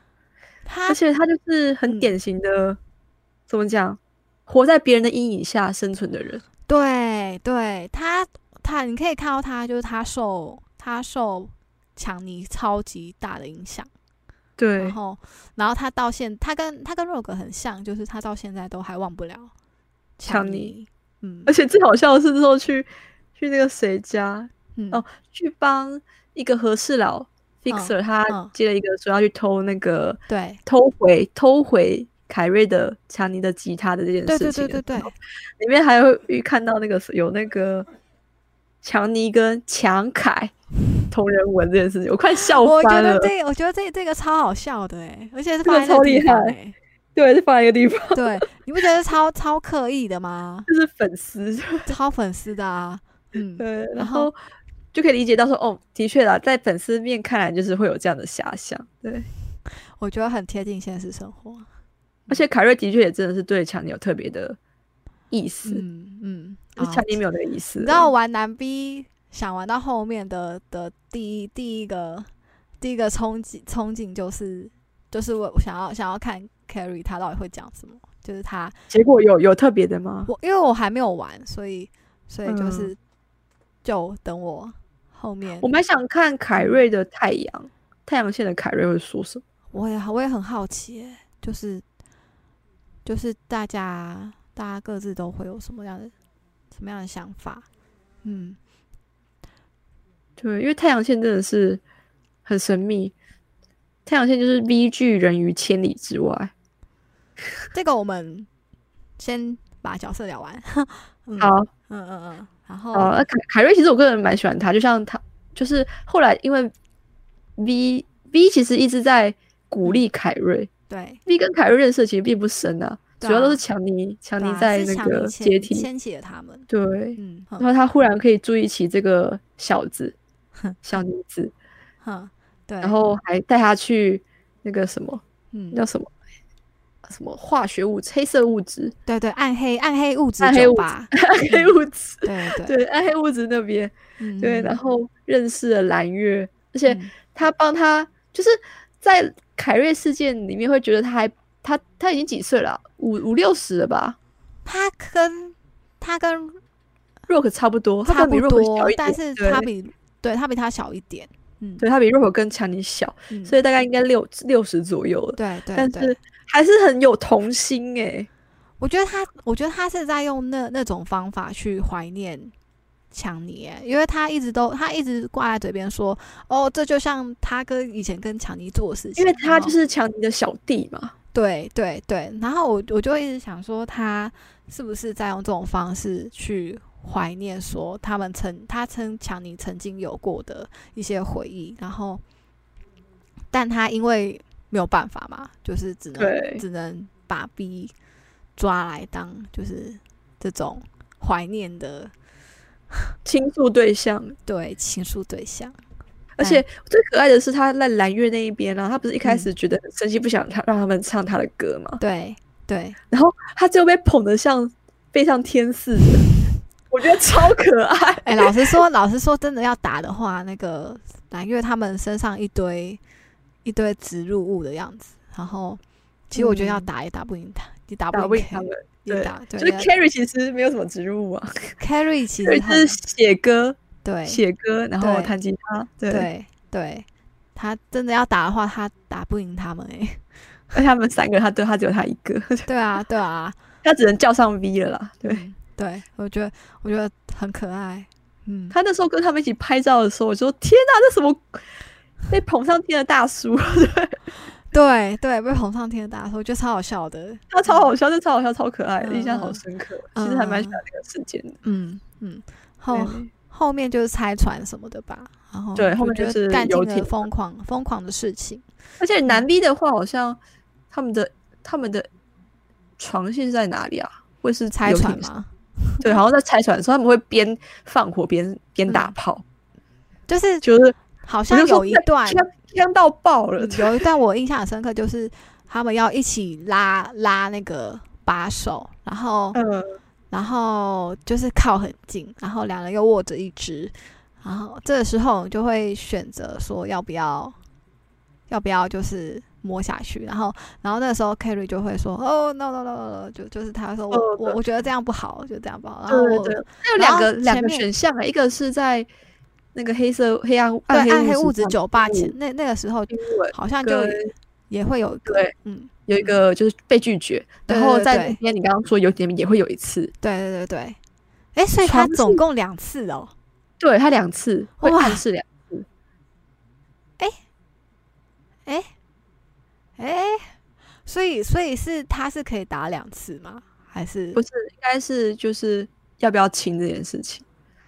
Speaker 1: 他
Speaker 3: 而且她就是
Speaker 1: 嗯
Speaker 3: 很典型的，怎么讲？活在别人的阴影下生存的人。
Speaker 1: 对对，他他你可以看到他就是他受他受强尼超级大的影响，然
Speaker 3: 对，
Speaker 1: 后然后他到现他跟他跟 Rogue 很像，就是他到现在都还忘不了
Speaker 3: 强尼呃
Speaker 1: 尼，嗯
Speaker 3: 而且最好笑的是之后去去那个谁家，
Speaker 1: 嗯
Speaker 3: 哦去帮一个和事佬 fixer，、
Speaker 1: 嗯
Speaker 3: 他接了一个说要去偷那个
Speaker 1: 对
Speaker 3: 偷回偷回凯瑞的强尼的吉他的这件
Speaker 1: 对
Speaker 3: 事
Speaker 1: 对
Speaker 3: 情
Speaker 1: 对
Speaker 3: 的时候，
Speaker 1: 对对，
Speaker 3: 里面还有遇看到那个有那个强尼跟强凯同人文这件事情，我快笑
Speaker 1: 我觉
Speaker 3: 翻了
Speaker 1: 得。这我觉得这这个超好笑的哎，而且是
Speaker 3: 这
Speaker 1: 放
Speaker 3: 个
Speaker 1: 在那
Speaker 3: 超
Speaker 1: 个地
Speaker 3: 厉
Speaker 1: 方
Speaker 3: 害
Speaker 1: 哎，
Speaker 3: 对，是放在一个地方，
Speaker 1: 对，你不觉得超超刻意的吗？
Speaker 3: 就是粉丝，
Speaker 1: 超粉丝的啊，嗯，
Speaker 3: 对，
Speaker 1: 然
Speaker 3: 然
Speaker 1: 后
Speaker 3: 后就可以理解到说，哦，的确啦，在粉丝面看来就是会有这样的遐想，对。
Speaker 1: 我觉得很贴近现实生活，
Speaker 3: 而且凯瑞的确也真的是对强尼有特别的意思，
Speaker 1: 嗯嗯，
Speaker 3: 就
Speaker 1: 啊
Speaker 3: 是强尼没有那个意思了。
Speaker 1: 你知道玩男 B 想玩到后面的的第一第一个第一个憧憬憧憬就是就是我我想要想要看 Carry 他到底会讲什么，就是他
Speaker 3: 结果有有特别的吗？
Speaker 1: 我因为我还没有玩，所以所以
Speaker 3: 嗯
Speaker 1: 就是、就等我后面
Speaker 3: 我蛮想看凯瑞的太阳，太阳线的凯瑞会说什么？
Speaker 1: 我也我也很好奇耶，就是就是大家大家各自都会有什么样的什么样的想法，嗯。
Speaker 3: 对，因为太阳线真的是很神秘，太阳线就是 V 巨人于千里之外。
Speaker 1: 这个我们先把角色聊完。嗯，
Speaker 3: 好，
Speaker 1: 嗯嗯嗯，然后
Speaker 3: 好，那凯凯瑞其实我个人蛮喜欢他，就像他就是后来因为 V V 其实一直在鼓
Speaker 1: 嗯
Speaker 3: 励凯瑞
Speaker 1: 对，
Speaker 3: ，V 跟凯瑞认识的其实并不深啊，
Speaker 1: 对
Speaker 3: 主要都
Speaker 1: 啊
Speaker 3: 是强尼强
Speaker 1: 对
Speaker 3: 尼
Speaker 1: 啊
Speaker 3: 在那
Speaker 1: 是强尼
Speaker 3: 个
Speaker 1: 牵
Speaker 3: 阶梯，
Speaker 1: 牵起了他们。
Speaker 3: 对，
Speaker 1: 嗯
Speaker 3: 然后他忽然可以注意起这个小子小妮子，
Speaker 1: 哼，对，
Speaker 3: 然后还带他去那个什么
Speaker 1: 嗯
Speaker 3: 那，叫什么什么化学物质黑色物质
Speaker 1: 对对，暗黑暗黑物质
Speaker 3: 暗黑
Speaker 1: 酒
Speaker 3: 物质
Speaker 1: 吧，
Speaker 3: 黑物质，
Speaker 1: 对嗯对
Speaker 3: 对暗黑物质那边，
Speaker 1: 嗯
Speaker 3: 对，然后认识了蓝月，而且
Speaker 1: 嗯
Speaker 3: 他帮他就是在凯瑞事件里面会觉得他还他他已经几岁了啊、五五六十了吧
Speaker 1: 他跟他跟
Speaker 3: ，Rock 差不多，他
Speaker 1: 差
Speaker 3: 可能比
Speaker 1: 不
Speaker 3: Rock 小
Speaker 1: 多
Speaker 3: 一点，，
Speaker 1: 但是
Speaker 3: 对
Speaker 1: 他比对他比他小一点。嗯，
Speaker 3: 对他比 Rock 跟强尼小，
Speaker 1: 嗯
Speaker 3: 所以大概应该六六十左右了，
Speaker 1: 对对
Speaker 3: 但
Speaker 1: 对
Speaker 3: 是，还是很有童心哎、
Speaker 1: 我觉得他，我觉得他是在用那那种方法去怀念强尼耶，因为他一直都他一直挂在嘴边说，哦，这就像他跟以前跟强尼做的事情，
Speaker 3: 因为他
Speaker 1: 然后
Speaker 3: 就是强尼的小弟嘛，
Speaker 1: 对对对，然后我我就一直想说，他是不是在用这种方式去怀念说他们曾他曾强尼曾经有过的一些回忆，然后，但他因为没有办法嘛，就是只能
Speaker 3: 对
Speaker 1: 只能把 B 抓来当就是这种怀念的
Speaker 3: 倾诉对象。
Speaker 1: 对倾诉对象，
Speaker 3: 啊
Speaker 1: 哎
Speaker 3: 而且最可爱的是他在蓝月那一边啊，他不是一开
Speaker 1: 嗯
Speaker 3: 始觉得很生气，不想他让他们唱他的歌嘛，
Speaker 1: 对对，
Speaker 3: 然后他最后被捧得像飞上天似的，我觉得超可爱。
Speaker 1: 哎、老实说，老实说，真的要打的话，那个蓝月他们身上一堆一堆植入物的样子，然后其实我觉得要
Speaker 3: 嗯
Speaker 1: 打也打不赢他，你打
Speaker 3: 打
Speaker 1: 不
Speaker 3: 不赢
Speaker 1: 赢
Speaker 3: 他们，
Speaker 1: 也
Speaker 3: 对
Speaker 1: 打对。
Speaker 3: 就是
Speaker 1: 要
Speaker 3: Carrie 其实没有什么植入物啊
Speaker 1: carry 其实
Speaker 3: ，Carrie 就是
Speaker 1: 很
Speaker 3: 写歌、
Speaker 1: 对
Speaker 3: 写歌，然后
Speaker 1: 对
Speaker 3: 弹吉他，对，
Speaker 1: 对对，他真的要打的话，他打不赢他们哎、
Speaker 3: 而且他们三个他对他只有他一个，
Speaker 1: 对啊对啊，
Speaker 3: 他只能叫上 V 了啦。对
Speaker 1: 嗯对，我觉得我觉得很可爱，嗯，
Speaker 3: 他那时候跟他们一起拍照的时候，我说天哪，这什么被捧上天的大叔，
Speaker 1: 对对，被捧上天的打的时候，我觉得超好笑的，
Speaker 3: 他超好笑，就超好笑，超可爱的，印象
Speaker 1: 嗯
Speaker 3: 好
Speaker 1: 嗯
Speaker 3: 深刻。其实还蛮喜欢这个事件的。
Speaker 1: 嗯嗯，后
Speaker 3: 对
Speaker 1: 后面就是拆船什么的吧，然后
Speaker 3: 对后面
Speaker 1: 觉得
Speaker 3: 就是
Speaker 1: 干尽
Speaker 3: 游
Speaker 1: 了
Speaker 3: 艇
Speaker 1: 疯狂疯狂的事情，
Speaker 3: 而
Speaker 1: 嗯
Speaker 3: 且男 B 的话，好像他们的他们的床线是在哪里啊？会是
Speaker 1: 拆
Speaker 3: 游艇
Speaker 1: 船
Speaker 3: 上？
Speaker 1: 嘛，
Speaker 3: 对，好像在拆船的时候，他们会边放火边边打
Speaker 1: 嗯
Speaker 3: 炮，
Speaker 1: 就是
Speaker 3: 就是
Speaker 1: 好像有一段
Speaker 3: 枪枪到爆了。
Speaker 1: 嗯有一段我印象很深刻，就是他们要一起拉拉那个把手，然后
Speaker 3: 嗯，
Speaker 1: 然后就是靠很近，然后两人又握着一只，然后这个时候你就会选择说要不要要不要就是摸下去，然后然后那个时候 Carrie 就会说哦 no no no no，no，就就是他说我、
Speaker 3: 哦
Speaker 1: 我
Speaker 3: 对
Speaker 1: 我觉得这样不好，就这样不好，然后
Speaker 3: 嗯对
Speaker 1: 我
Speaker 3: 对对，它有
Speaker 1: 哦然
Speaker 3: 两
Speaker 1: 后
Speaker 3: 个两
Speaker 1: 前
Speaker 3: 个
Speaker 1: 面
Speaker 3: 选项啊，一个是在那个黑色黑暗暗
Speaker 1: 对暗黑
Speaker 3: 物
Speaker 1: 物质
Speaker 3: 上
Speaker 1: 酒吧
Speaker 3: 面
Speaker 1: 前那那个时候
Speaker 3: 英文
Speaker 1: 好像就
Speaker 3: 跟
Speaker 1: 也会有一个
Speaker 3: 对
Speaker 1: 嗯
Speaker 3: 有一个就是被拒绝，
Speaker 1: 对
Speaker 3: 然后
Speaker 1: 嗯对
Speaker 3: 在
Speaker 1: 对
Speaker 3: 那边你刚刚说有点也会有一次，
Speaker 1: 对对对对，哎，所以他
Speaker 3: 床是
Speaker 1: 总共两次哦，
Speaker 3: 对他两次会
Speaker 1: 哇
Speaker 3: 暗示两，
Speaker 1: 哎，所以所以是他是可以打两次吗？还是
Speaker 3: 不是应该是就是要不要亲这件事情，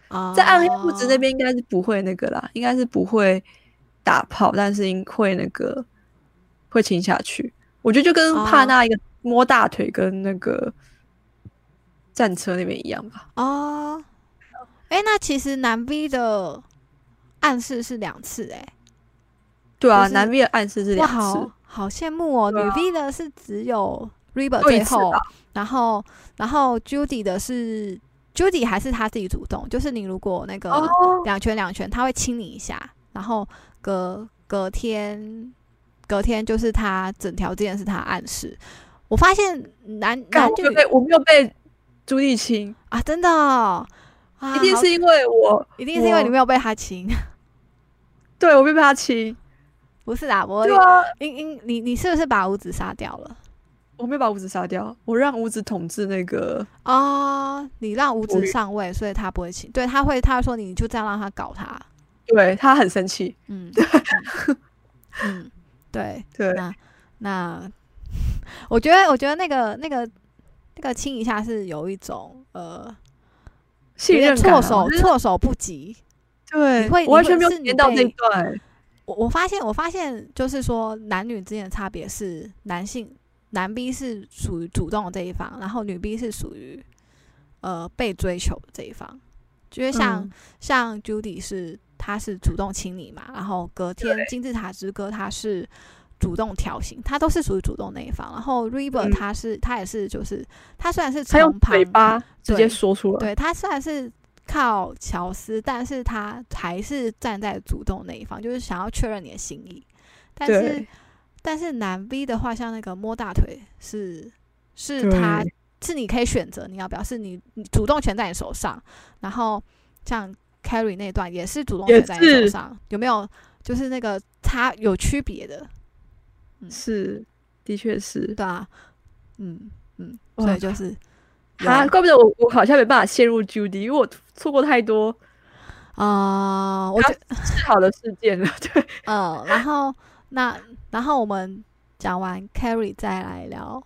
Speaker 1: 啊
Speaker 3: 在暗黑物质那边应该是不会那个啦，应该是不会打炮，但是应会那个会亲下去，我觉得就跟帕
Speaker 1: 哦
Speaker 3: 纳一个摸大腿跟那个战车那边一样吧，
Speaker 1: 哦，哎，那其实男 V 的暗示是两次哎。
Speaker 3: 对啊，
Speaker 1: 就是
Speaker 3: 南边的暗示是
Speaker 1: 哇，
Speaker 3: 两次
Speaker 1: 好。好羡慕哦！
Speaker 3: 对啊
Speaker 1: 女 V 的是只有 River
Speaker 3: 就一
Speaker 1: 最
Speaker 3: 次
Speaker 1: 后
Speaker 3: 吧，
Speaker 1: 然后然后 Judy 的是 Judy 还是他自己主动，就是你如果那
Speaker 3: 哦
Speaker 1: 个两拳两拳，他会亲你一下，然后隔隔天隔天就是他整条这件事他暗示。我发现男
Speaker 3: 干
Speaker 1: 男
Speaker 3: 我
Speaker 1: 女
Speaker 3: 没有被我没有被朱丽亲，
Speaker 1: 啊，真的哦、啊，
Speaker 3: 一定
Speaker 1: 好
Speaker 3: 是因为我
Speaker 1: 一定是因为
Speaker 3: 我
Speaker 1: 你没有被他亲，
Speaker 3: 对我被他亲，
Speaker 1: 不是啦，我
Speaker 3: 对啊，
Speaker 1: 因因你你是不是把五指杀掉了？
Speaker 3: 我没有把五子杀掉，我让五子统治那个，啊
Speaker 1: 哦，你让五
Speaker 3: 我
Speaker 1: 指
Speaker 3: 也
Speaker 1: 上位，所以他不会亲，对他会，他会说你就这样让他搞他，
Speaker 3: 对他很生气，
Speaker 1: 嗯嗯嗯，对，
Speaker 3: 对，
Speaker 1: 那我觉得，我觉得那个那个那个亲一下是有一种呃，有
Speaker 3: 信
Speaker 1: 点
Speaker 3: 任感啊、
Speaker 1: 措手
Speaker 3: 我觉得
Speaker 1: 措手不及。你
Speaker 3: 对，
Speaker 1: 会
Speaker 3: 我完
Speaker 1: 你会
Speaker 3: 全没有
Speaker 1: 是
Speaker 3: 体验
Speaker 1: 你
Speaker 3: 到这
Speaker 1: 被
Speaker 3: 一段、欸
Speaker 1: 我我发现，我发现就是说男女之间的差别是男性男 B 是属于主动的这一方，然后女 B 是属于呃被追求的这一方，因为像。
Speaker 3: 嗯
Speaker 1: 像 Judy 是她是主动亲你嘛，然后隔天
Speaker 3: 对
Speaker 1: 金字塔之歌她是主动挑衅，她都是属于主动那一方。然后 River
Speaker 3: 嗯
Speaker 1: 她是她也是就是她虽然是
Speaker 3: 他用
Speaker 1: 从旁
Speaker 3: 嘴巴直
Speaker 1: 对
Speaker 3: 接说出来，
Speaker 1: 对她虽然是靠乔斯，但是她还是站在主动那一方，就是想要确认你的心意。但是
Speaker 3: 对
Speaker 1: 但是男 V 的话，像那个摸大腿是是
Speaker 3: 对
Speaker 1: 他是你可以选择你要不要，是你你主动权在你手上。然后像 Carry 那段也是主动
Speaker 3: 也
Speaker 1: 权在你手
Speaker 3: 是
Speaker 1: 上，有没有？就是那个差有区别的，
Speaker 3: 是，的确是，
Speaker 1: 对啊，嗯嗯，
Speaker 3: 哇
Speaker 1: 所以就是
Speaker 3: 啊，怪不得我我好像没办法陷入 Judy，因为我错过太多
Speaker 1: 啊、呃我觉
Speaker 3: 不好的事件了， 对，
Speaker 1: 嗯，然后那然后我们讲完 Carry 再来聊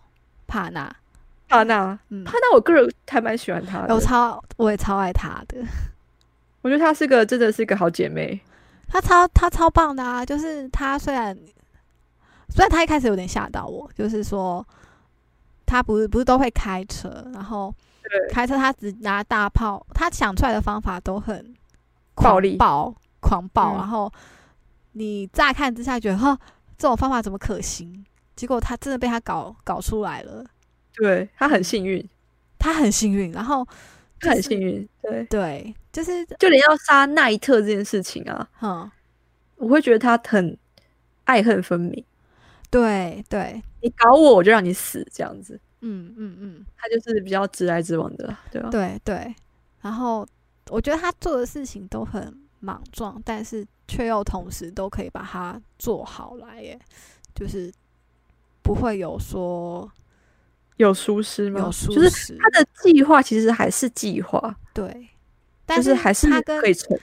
Speaker 1: 帕娜，
Speaker 3: 帕纳，
Speaker 1: 嗯
Speaker 3: 帕，纳，我个人还蛮喜欢他的，
Speaker 1: 我超我也超爱他的。
Speaker 3: 我觉得她是个真的是个好姐妹，
Speaker 1: 他超他超棒的啊！就是他虽然虽然他一开始有点吓到我，就是说他不是不是都会开车，然后
Speaker 3: 对
Speaker 1: 开车他只拿大炮，他想出来的方法都很
Speaker 3: 暴
Speaker 1: 狂
Speaker 3: 力
Speaker 1: 暴狂
Speaker 3: 嗯
Speaker 1: 暴，然后你乍看之下觉得哈这种方法怎么可行？结果他真的被他搞搞出来了，
Speaker 3: 对她很幸运，
Speaker 1: 他很幸运，然后
Speaker 3: 她很
Speaker 1: 就是
Speaker 3: 幸运，对。
Speaker 1: 对，就是
Speaker 3: 就连要杀奈特这件事情啊，
Speaker 1: 嗯，
Speaker 3: 我会觉得他很爱恨分明。
Speaker 1: 对对，
Speaker 3: 你搞我，我就让你死，这样子。
Speaker 1: 嗯嗯嗯。
Speaker 3: 他就是比较直来直往的啦，对啊吧、
Speaker 1: 对对，然后我觉得他做的事情都很莽撞，但是却又同时都可以把它做好来耶，就是不会有说
Speaker 3: 有疏失吗？
Speaker 1: 有疏
Speaker 3: 就是
Speaker 1: 失，
Speaker 3: 他的计划其实还是计划，
Speaker 1: 对，但
Speaker 3: 就是还是
Speaker 1: 他跟
Speaker 3: 可以成。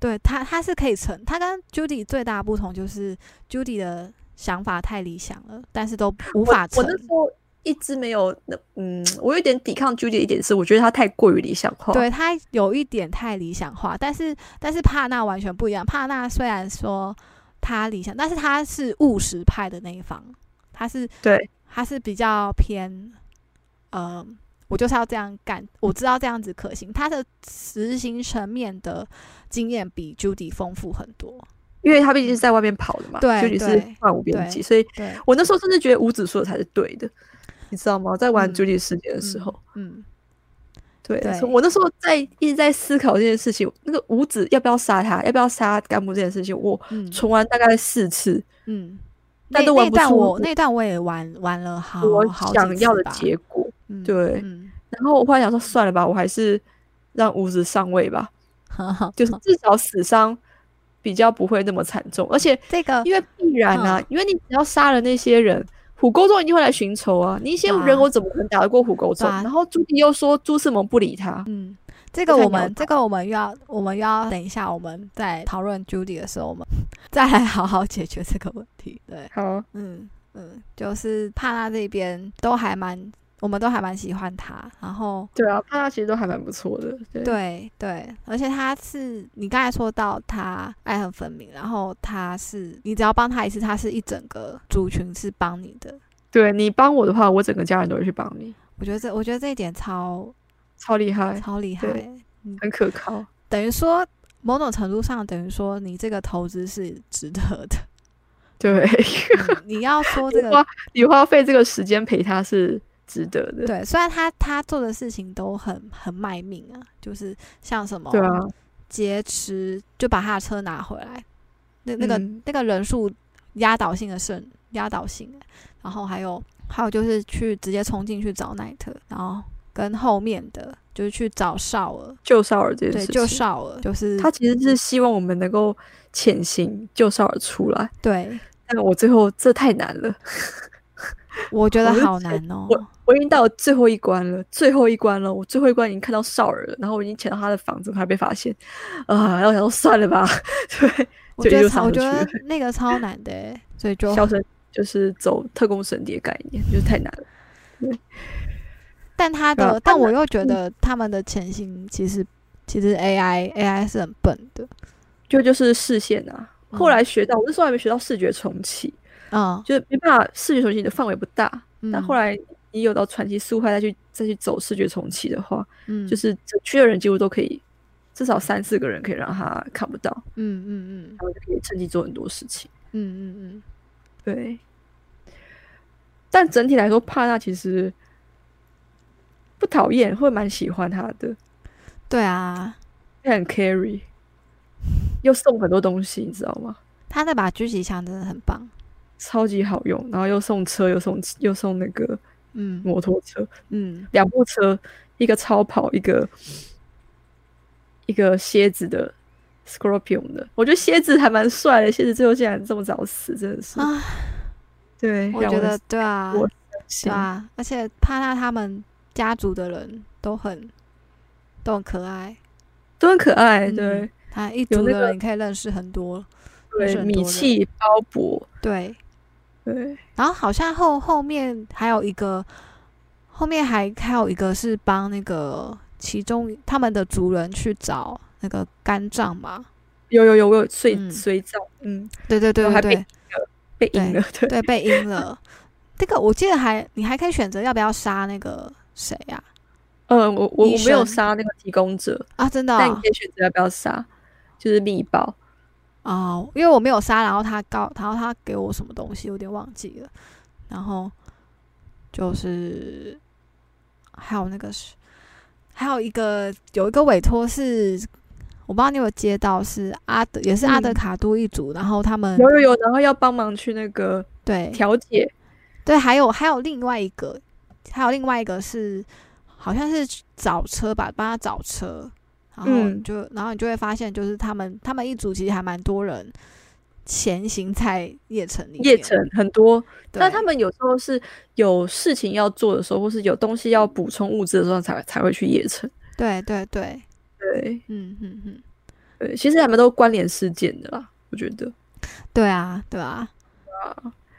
Speaker 1: 对他他是可以成，他跟 Judy 最大的不同就是 Judy 的想法太理想了，但是都无
Speaker 3: 我
Speaker 1: 法
Speaker 3: 我
Speaker 1: 成
Speaker 3: 那，时候一直没有，嗯，我有点抵抗 Judy 的一点是，我觉得他太过于理想化。
Speaker 1: 对他有一点太理想化，但是但是帕纳完全不一样。帕纳虽然说他理想，但是他是务实派的那一方，他是
Speaker 3: 对
Speaker 1: 他是比较偏，呃，我就是要这样干，我知道这样子可行。他的执行层面的经验比 Judy 丰富很多，
Speaker 3: 因为他毕竟是在外面跑的嘛，
Speaker 1: 对
Speaker 3: Judy
Speaker 1: 对
Speaker 3: 是漫无边际，所以
Speaker 1: 对，
Speaker 3: 我那时候甚至觉得五子说的才是对的，你知道吗？在玩
Speaker 1: 嗯
Speaker 3: Judy 事件的时候。
Speaker 1: 嗯，
Speaker 3: 对，
Speaker 1: 对
Speaker 3: 所以我那时候在一直在思考这件事情，那个五子要不要杀他，要不要杀干部这件事情，我
Speaker 1: 嗯嗯
Speaker 3: 重玩大概四次，
Speaker 1: 嗯，那
Speaker 3: 但都玩
Speaker 1: 那
Speaker 3: 不
Speaker 1: 段
Speaker 3: 出
Speaker 1: 我
Speaker 3: 我
Speaker 1: 那段我也玩玩了好哦好
Speaker 3: 我
Speaker 1: 几
Speaker 3: 想要
Speaker 1: 次
Speaker 3: 的
Speaker 1: 吧
Speaker 3: 结果。
Speaker 1: 嗯
Speaker 3: 对
Speaker 1: 嗯，
Speaker 3: 然后我后来想说，算了吧，我还是让五子上位 吧，就是至少死伤比较不会那么惨重，而 且
Speaker 1: 这个
Speaker 3: 因为必然啊，
Speaker 1: 嗯
Speaker 3: 因为你只要杀了那些人，虎沟中一定会来寻仇啊。你一些
Speaker 1: 对啊
Speaker 3: 人我怎么可能打得过虎沟中？
Speaker 1: 对啊
Speaker 3: 然后朱棣又说朱世蒙不理 他，
Speaker 1: 嗯，这
Speaker 3: 不
Speaker 1: 个
Speaker 3: 太
Speaker 1: 我
Speaker 3: 了
Speaker 1: 们这个我们又要我们又要等一下，我们在讨论 Judy 的时候，我们 再来好好解决这个问题。对，
Speaker 3: 好，
Speaker 1: 嗯嗯，就是帕拉这边都还蛮，我们都还蛮喜欢他，然后。
Speaker 3: 对啊，他其实都还蛮不错的，对
Speaker 1: 对对，而且他是你刚才说到他爱恨分明，然后他是你只要帮他一次，他是一整个族群是帮你的。
Speaker 3: 对你帮我的话，我整个家人都会去帮你，
Speaker 1: 我觉得这我觉得这一点超
Speaker 3: 超厉害，
Speaker 1: 超厉害
Speaker 3: 对
Speaker 1: 欸，嗯
Speaker 3: 很可 靠。
Speaker 1: 等于说某种程度上等于说你这个投资是值得 的。
Speaker 3: 对，
Speaker 1: 嗯你要说这个
Speaker 3: 哇你花费这个时间陪他是值得的。
Speaker 1: 对，虽然他他做的事情都很很卖命啊，就是像什么
Speaker 3: 对啊，
Speaker 1: 劫持，就把他的车拿回来，那那个、
Speaker 3: 嗯
Speaker 1: 那个人数压倒性的胜，压倒性，然后还有还有就是去直接冲进去找奈特，然后跟后面的就是去找少尔，
Speaker 3: 救少尔这件
Speaker 1: 对，
Speaker 3: 事情，
Speaker 1: 就少尔，就是
Speaker 3: 他其实是希望我们能够潜行救少尔出来，
Speaker 1: 对，
Speaker 3: 但我最后这太难了。
Speaker 1: 我觉得
Speaker 3: 我就
Speaker 1: 好
Speaker 3: 觉
Speaker 1: 难哦，
Speaker 3: 我已经到了最后一关了，最后一关了，我最后一关已经看到少儿了，然后我已经潜到他的房子，我还被发现，啊，然后我想说算了吧， 对，
Speaker 1: 我
Speaker 3: 就
Speaker 1: 觉
Speaker 3: 一
Speaker 1: 得
Speaker 3: 路
Speaker 1: 超
Speaker 3: 上
Speaker 1: 我
Speaker 3: 就
Speaker 1: 觉得
Speaker 3: 去
Speaker 1: 那个超难的欸，所以就
Speaker 3: 消神就是走特工神谍概念，就是太难了。
Speaker 1: 但他
Speaker 3: 对啊
Speaker 1: 的，但
Speaker 3: 他
Speaker 1: 我
Speaker 3: 们
Speaker 1: 又觉得他们的潜行其实其实 AI AI 是很笨的，
Speaker 3: 就就是视线啊，
Speaker 1: 嗯
Speaker 3: 后来学到，我那时候还没学到视觉重启，
Speaker 1: 嗯，
Speaker 3: 就是没办法，视觉重启你的范围不大，但后
Speaker 1: 来
Speaker 3: 来你有到传奇苏派再去再去走视觉重启的话，
Speaker 1: 嗯
Speaker 3: 就是整区的人几乎都可以，至少三四个人可以让他看不到，
Speaker 1: 嗯嗯嗯嗯
Speaker 3: 然后就可以趁机做很多事情。
Speaker 1: 嗯嗯
Speaker 3: 对，但整体来说，帕纳其实不讨厌，会蛮喜欢他的，
Speaker 1: 嗯，对啊，
Speaker 3: 他很 carry，又送很多东西，你知道吗？
Speaker 1: 他那把狙击枪真的很棒，
Speaker 3: 超级好用，然后又送车，又送又送那个
Speaker 1: 嗯
Speaker 3: 摩托车，
Speaker 1: 嗯
Speaker 3: 两部车，一个超跑，一个一个蝎子的 Scorpion 的，我觉得蝎子还蛮帅的，蝎子最后竟然这么早死，真的是，
Speaker 1: 啊，
Speaker 3: 对，
Speaker 1: 我
Speaker 3: 让
Speaker 1: 觉
Speaker 3: 很
Speaker 1: 得对啊
Speaker 3: 我
Speaker 1: 对
Speaker 3: 心
Speaker 1: 啊，而且帕纳他们家族的人都很都很可爱，
Speaker 3: 都很可爱，
Speaker 1: 嗯
Speaker 3: 对
Speaker 1: 他一
Speaker 3: 有
Speaker 1: 族
Speaker 3: 那
Speaker 1: 的
Speaker 3: 个
Speaker 1: 人你可以认识很多，是
Speaker 3: 对，
Speaker 1: 很
Speaker 3: 米
Speaker 1: 多人
Speaker 3: 气包勃，
Speaker 1: 对，
Speaker 3: 对，
Speaker 1: 然后好像后后面还有一个，后面还还有一个是帮那个其中他们的族人去找那个肝脏嘛。
Speaker 3: 有有有，我有随
Speaker 1: 嗯
Speaker 3: 随葬，嗯，
Speaker 1: 对对对
Speaker 3: 我
Speaker 1: 对
Speaker 3: 还被
Speaker 1: 对
Speaker 3: 被赢
Speaker 1: 对
Speaker 3: 了，对，
Speaker 1: 哦对，被阴了。 这个我记得还你还可以选择要不要杀那个谁啊呀、
Speaker 3: 呃，我我
Speaker 1: 医
Speaker 3: 我没有
Speaker 1: 生
Speaker 3: 杀那个提供者，
Speaker 1: 啊？真的
Speaker 3: 但你
Speaker 1: 哦
Speaker 3: 可以选择要不要杀，就是密报，
Speaker 1: 哦因为我没有杀，然后他告，然后他给我什么东西，有点忘记了。然后就是还有那个是，还有一个有一个委托是，我不知道你有没有接到，是阿德也是阿德
Speaker 3: 嗯
Speaker 1: 卡都一族，然后他们
Speaker 3: 有有有，然后要帮忙去那个
Speaker 1: 对
Speaker 3: 调解，
Speaker 1: 对，还有还有另外一个，还有另外一个是好像是找车吧，帮他找车，然后
Speaker 3: 嗯
Speaker 1: 你就、然后你就会发现，就是他们他们一组其实还蛮多人前行在夜城里面，
Speaker 3: 叶城很多
Speaker 1: 对
Speaker 3: 但他们有时候是有事情要做的时候，或是有东西要补充物资的时候才才会去野城。
Speaker 1: 对对对，
Speaker 3: 对
Speaker 1: 嗯嗯嗯，
Speaker 3: 对，其实他们都关联事件的啦，我觉得。
Speaker 1: 对啊对啊，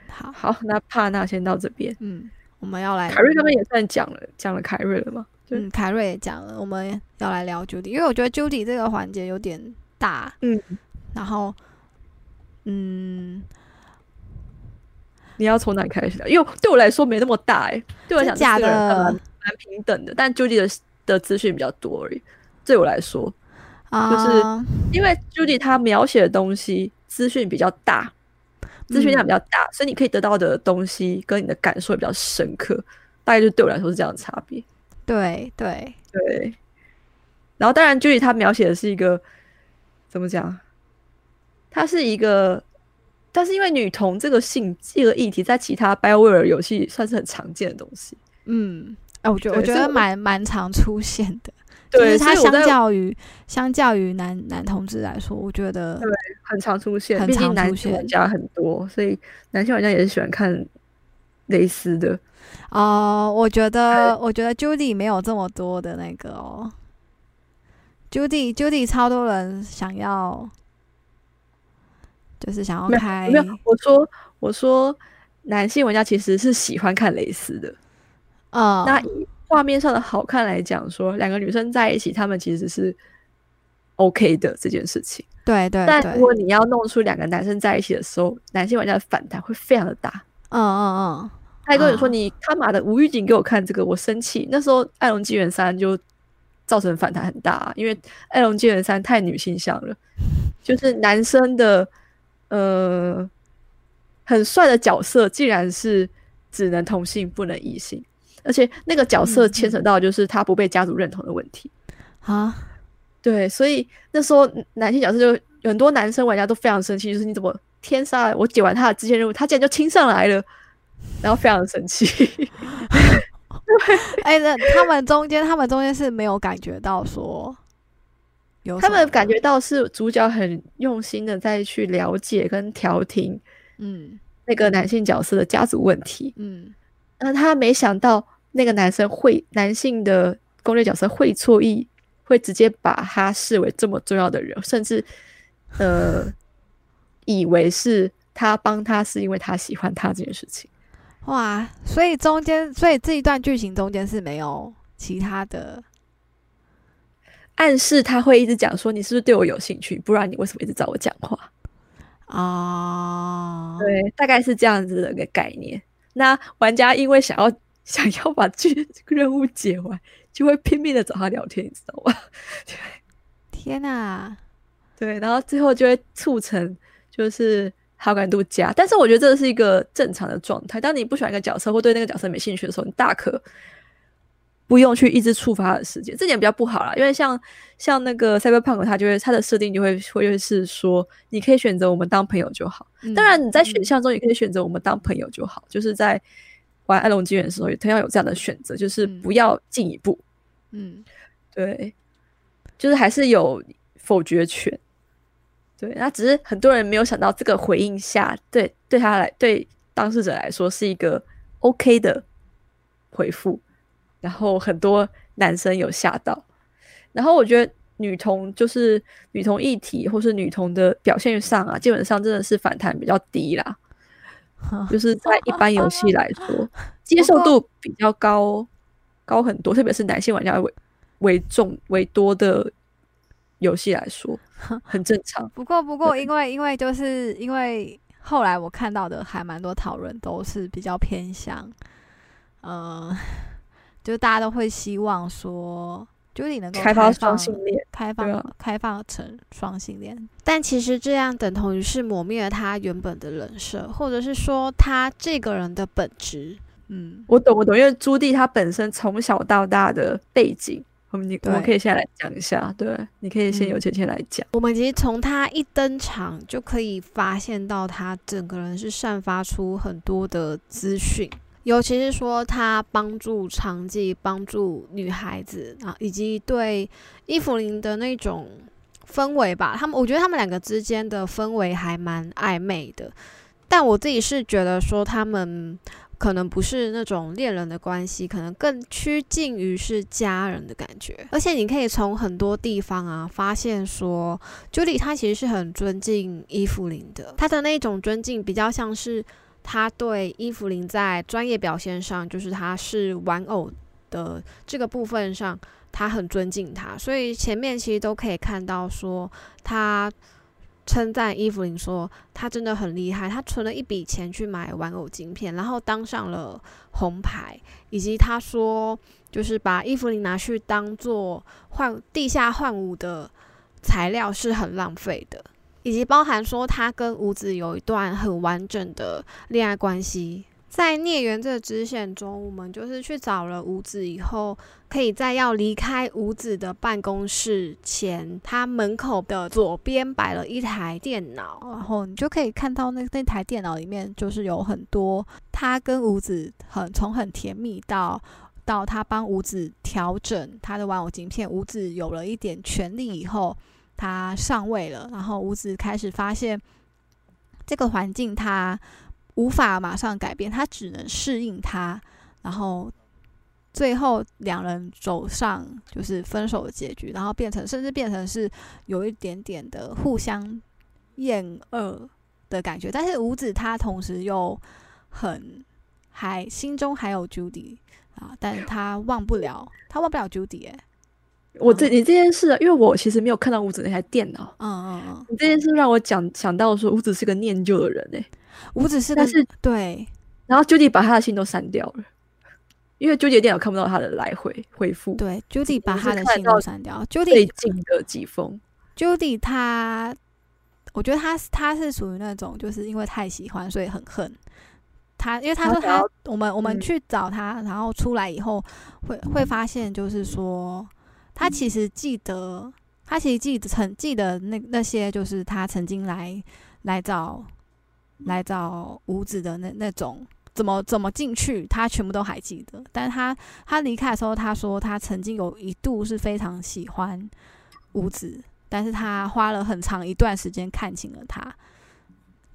Speaker 1: 好，
Speaker 3: 好，那帕纳先到这边，
Speaker 1: 嗯，我们要来
Speaker 3: 凯瑞刚刚也算讲了，讲了凯瑞了嘛？对，
Speaker 1: 嗯，凯瑞也讲了，我们要来聊 Judy，因为我觉得 Judy 这个环节有点大，
Speaker 3: 嗯，
Speaker 1: 然后嗯。
Speaker 3: 你要从哪里开始聊？因为对我来说没那么大哎、对我来讲
Speaker 1: 真假
Speaker 3: 四个人还蛮
Speaker 1: 的
Speaker 3: 蛮平等的，但 Judy 的的资讯比较多而已。对我来说，
Speaker 1: 啊，
Speaker 3: 是因为 Judy 她描写的东西资讯比较大，资讯
Speaker 1: 嗯
Speaker 3: 量比较大，所以你可以得到的东西跟你的感受也比较深刻。大概就对我来说是这样的差别。
Speaker 1: 对对，
Speaker 3: 对，然后当然 Judy 她描写的是一个怎么讲？她是一个但是因为女童这个性这个议题，在其他 BioWare 游戏算是很常见的东西。
Speaker 1: 嗯，哎、我觉得我
Speaker 3: 对
Speaker 1: 觉
Speaker 3: 所以
Speaker 1: 得
Speaker 3: 我
Speaker 1: 蛮蛮常出现的，
Speaker 3: 对，
Speaker 1: 就是
Speaker 3: 所
Speaker 1: 它
Speaker 3: 以我
Speaker 1: 相
Speaker 3: 在
Speaker 1: 较于相较于男男同志来说，我觉得
Speaker 3: 对很常出现，
Speaker 1: 很
Speaker 3: 毕竟
Speaker 1: 常出
Speaker 3: 男
Speaker 1: 现
Speaker 3: 性玩家很多，所以男性玩家也是喜欢看类似的。
Speaker 1: 哦、我觉得我觉得 Judy 没有这么多的那个哦，Judy Judy 超多人想要，就是想要
Speaker 3: 没有
Speaker 1: 开
Speaker 3: 没有，我说我说男性玩家其实是喜欢看蕾丝的。
Speaker 1: 呃
Speaker 3: 那以画面上的好看来讲说两个女生在一起，她们其实是 OK 的这件事情。
Speaker 1: 对对
Speaker 3: 但
Speaker 1: 对，
Speaker 3: 如果你要弄出两个男生在一起的时候，男性玩家的反弹会非常的大。
Speaker 1: 嗯嗯嗯，
Speaker 3: 他还跟你说：“
Speaker 1: 啊
Speaker 3: 你他妈的无预警给我看这个，我生气。”那时候《爱龙纪元三》就造成反弹很大、啊因为《爱龙纪元三》太女性向了，就是男生的呃很帅的角色，竟然是只能同性不能异性，而且那个角色牵扯到就是他不被家族认同的问题。
Speaker 1: 好，
Speaker 3: 对，所以那时候男性角色就很多男生玩家都非常生气，就是你怎么天杀了我解完他的支线任务，他竟然就亲上来了，然后非常生气。
Speaker 1: 哎、那他们中间他们中间是没有感觉到说有
Speaker 3: 他
Speaker 1: 什
Speaker 3: 们
Speaker 1: 么
Speaker 3: 感觉到是主角很用心的在去了解跟调停
Speaker 1: 嗯
Speaker 3: 那个男性角色的家族问题，
Speaker 1: 嗯
Speaker 3: 那他没想到那个男生会男性的攻略角色会错意，会直接把他视为这么重要的人，甚至呃以为是他帮他是因为他喜欢他这件事情。
Speaker 1: 哇，所以中间所以这一段剧情中间是没有其他的
Speaker 3: 暗示他会一直讲说你是不是对我有兴趣，不然你为什么一直找我讲话？
Speaker 1: 啊、
Speaker 3: 对，大概是这样子的一个概念。那玩家因为想要想要把这个 任务解完，就会拼命的找他聊天，你知道吗？
Speaker 1: 天哪、
Speaker 3: 对，然后最后就会促成就是好感度加。但是我觉得这是一个正常的状态。当你不喜欢一个角色或对那个角色没兴趣的时候，你大可不用去一直触发他的世界，这点比较不好啦。因为像像那个 Cyberpunk，它就会它的设定就会会是说，你可以选择我们当朋友就好。
Speaker 1: 嗯
Speaker 3: 当然，你在选
Speaker 1: 嗯
Speaker 3: 项中也可以选择我们当朋友就好，就是在玩《爱龙纪元》的时候，也同样有这样的选择，就是
Speaker 1: 嗯
Speaker 3: 不要进一步，
Speaker 1: 嗯
Speaker 3: 对，就是还是有否决权。对，那只是很多人没有想到，这个回应下，对对他来对当事者来说是一个 OK 的回复，然后很多男生有吓到，然后我觉得女童就是女童议题或是女童的表现上啊，基本上真的是反弹比较低啦。就是在一般游戏来说，接受度比较高高很多，特别是男性玩家为为重为多的游戏来 说，很正常。
Speaker 1: 不过，不过，因为因为就是因为后来我看到的还蛮多讨论都是比较偏向，呃， 就大家都会希望说，就是你能够
Speaker 3: 开发双性恋，
Speaker 1: 开
Speaker 3: 对
Speaker 1: 放、
Speaker 3: 啊
Speaker 1: 开放成双性恋，但其实这样等同于是磨灭了他原本的人设，或者是说他这个人的本质。嗯，
Speaker 3: 我懂我懂，因为朱棣他本身从小到大的背景，我们你我
Speaker 1: 对
Speaker 3: 们可以先来讲一下，对，你可以先由
Speaker 1: 嗯
Speaker 3: 芊芊来讲。
Speaker 1: 我们其实从他一登场就可以发现到，他整个人是散发出很多的资讯，尤其是说他帮助长记、帮助女孩子啊，以及对伊芙琳的那种氛围吧。他们，我觉得他们两个之间的氛围还蛮暧昧的，但我自己是觉得说他们。可能不是那种恋人的关系，可能更趋近于是家人的感觉。而且你可以从很多地方啊发现说，朱莉她其实是很尊敬伊芙琳的，她的那种尊敬比较像是她对伊芙琳在专业表现上，就是她是玩偶的这个部分上，她很尊敬她，所以前面其实都可以看到说她。称赞伊芙琳说：“她真的很厉害，她存了一笔钱去买玩偶晶片，然后当上了红牌，以及她说，就是把伊芙琳拿去当做换地下换舞的材料是很浪费的，以及包含说他跟五子有一段很完整的恋爱关系。
Speaker 5: 在孽缘这个支线中，我们就是去找了五子以后，可以在要离开五子的办公室前，他门口的左边摆了一台电脑，
Speaker 1: 然后你就可以看到那那台电脑里面就是有很多他跟五子很从很甜蜜到到他帮五子调整他的玩偶晶片，五子有了一点权利以后，他上位了，然后五子开始发现这个环境他无法马上改变，他只能适应它，然后最后两人走上就是分手的结局，然后变成甚至变成是有一点点的互相厌恶的感觉，但是五子他同时又很还心中还有 Judy 啊，但是他忘不了，他忘不了 Judy 哎、
Speaker 3: 我这你这件事啊，因为我其实没有看到屋子那台电脑，
Speaker 1: 嗯嗯嗯，
Speaker 3: 你这件事让我讲想到说屋子是个念旧的人哎、
Speaker 1: 五子是个
Speaker 3: 但是
Speaker 1: 对，
Speaker 3: 然后 Judy 把他的信都删掉了，因为 Judy 的电脑看不到他的来回回复，
Speaker 1: 对，Judy 把
Speaker 3: 是
Speaker 1: 他的
Speaker 3: 看
Speaker 1: 信
Speaker 3: 到
Speaker 1: 都删掉
Speaker 3: 最
Speaker 1: ，Judy
Speaker 3: 近的几封，
Speaker 1: Judy 他，我觉得他是他是属于那种就是因为太喜欢所以很恨他，因为他
Speaker 3: 他
Speaker 1: 说
Speaker 3: 想
Speaker 1: 他
Speaker 3: 要
Speaker 1: 我们我们
Speaker 3: 嗯
Speaker 1: 去找他，然后出来以后会会发现就是说他其实记得他其实记得曾记得那那些就是他曾经来来找来找五子的那那种。怎么怎么进去，他全部都还记得。但是他他离开的时候，他说他曾经有一度是非常喜欢五子，但是他花了很长一段时间看清了他。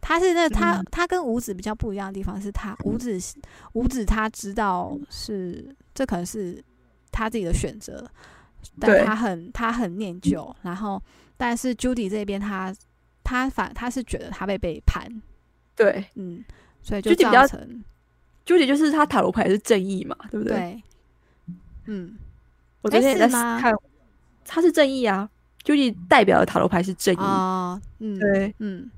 Speaker 1: 他是那他、
Speaker 3: 嗯
Speaker 1: 他跟五子比较不一样的地方是他五子是五子他知道是这可能是他自己的选择，但
Speaker 3: 对
Speaker 1: 他很他很念旧，然后但是 Judy 这边他他反他是觉得他被背叛，
Speaker 3: 对
Speaker 1: 嗯，所以就
Speaker 3: Judy 比较
Speaker 1: 造成
Speaker 3: Judy 就是他塔罗牌是正义嘛，对不对？
Speaker 1: 对，嗯，
Speaker 3: 我昨天也在
Speaker 1: 哎诶是吗
Speaker 3: 看，他是正义啊，Judy 代表的塔罗牌是正义，
Speaker 1: 哦，嗯，
Speaker 3: 对。
Speaker 1: 嗯，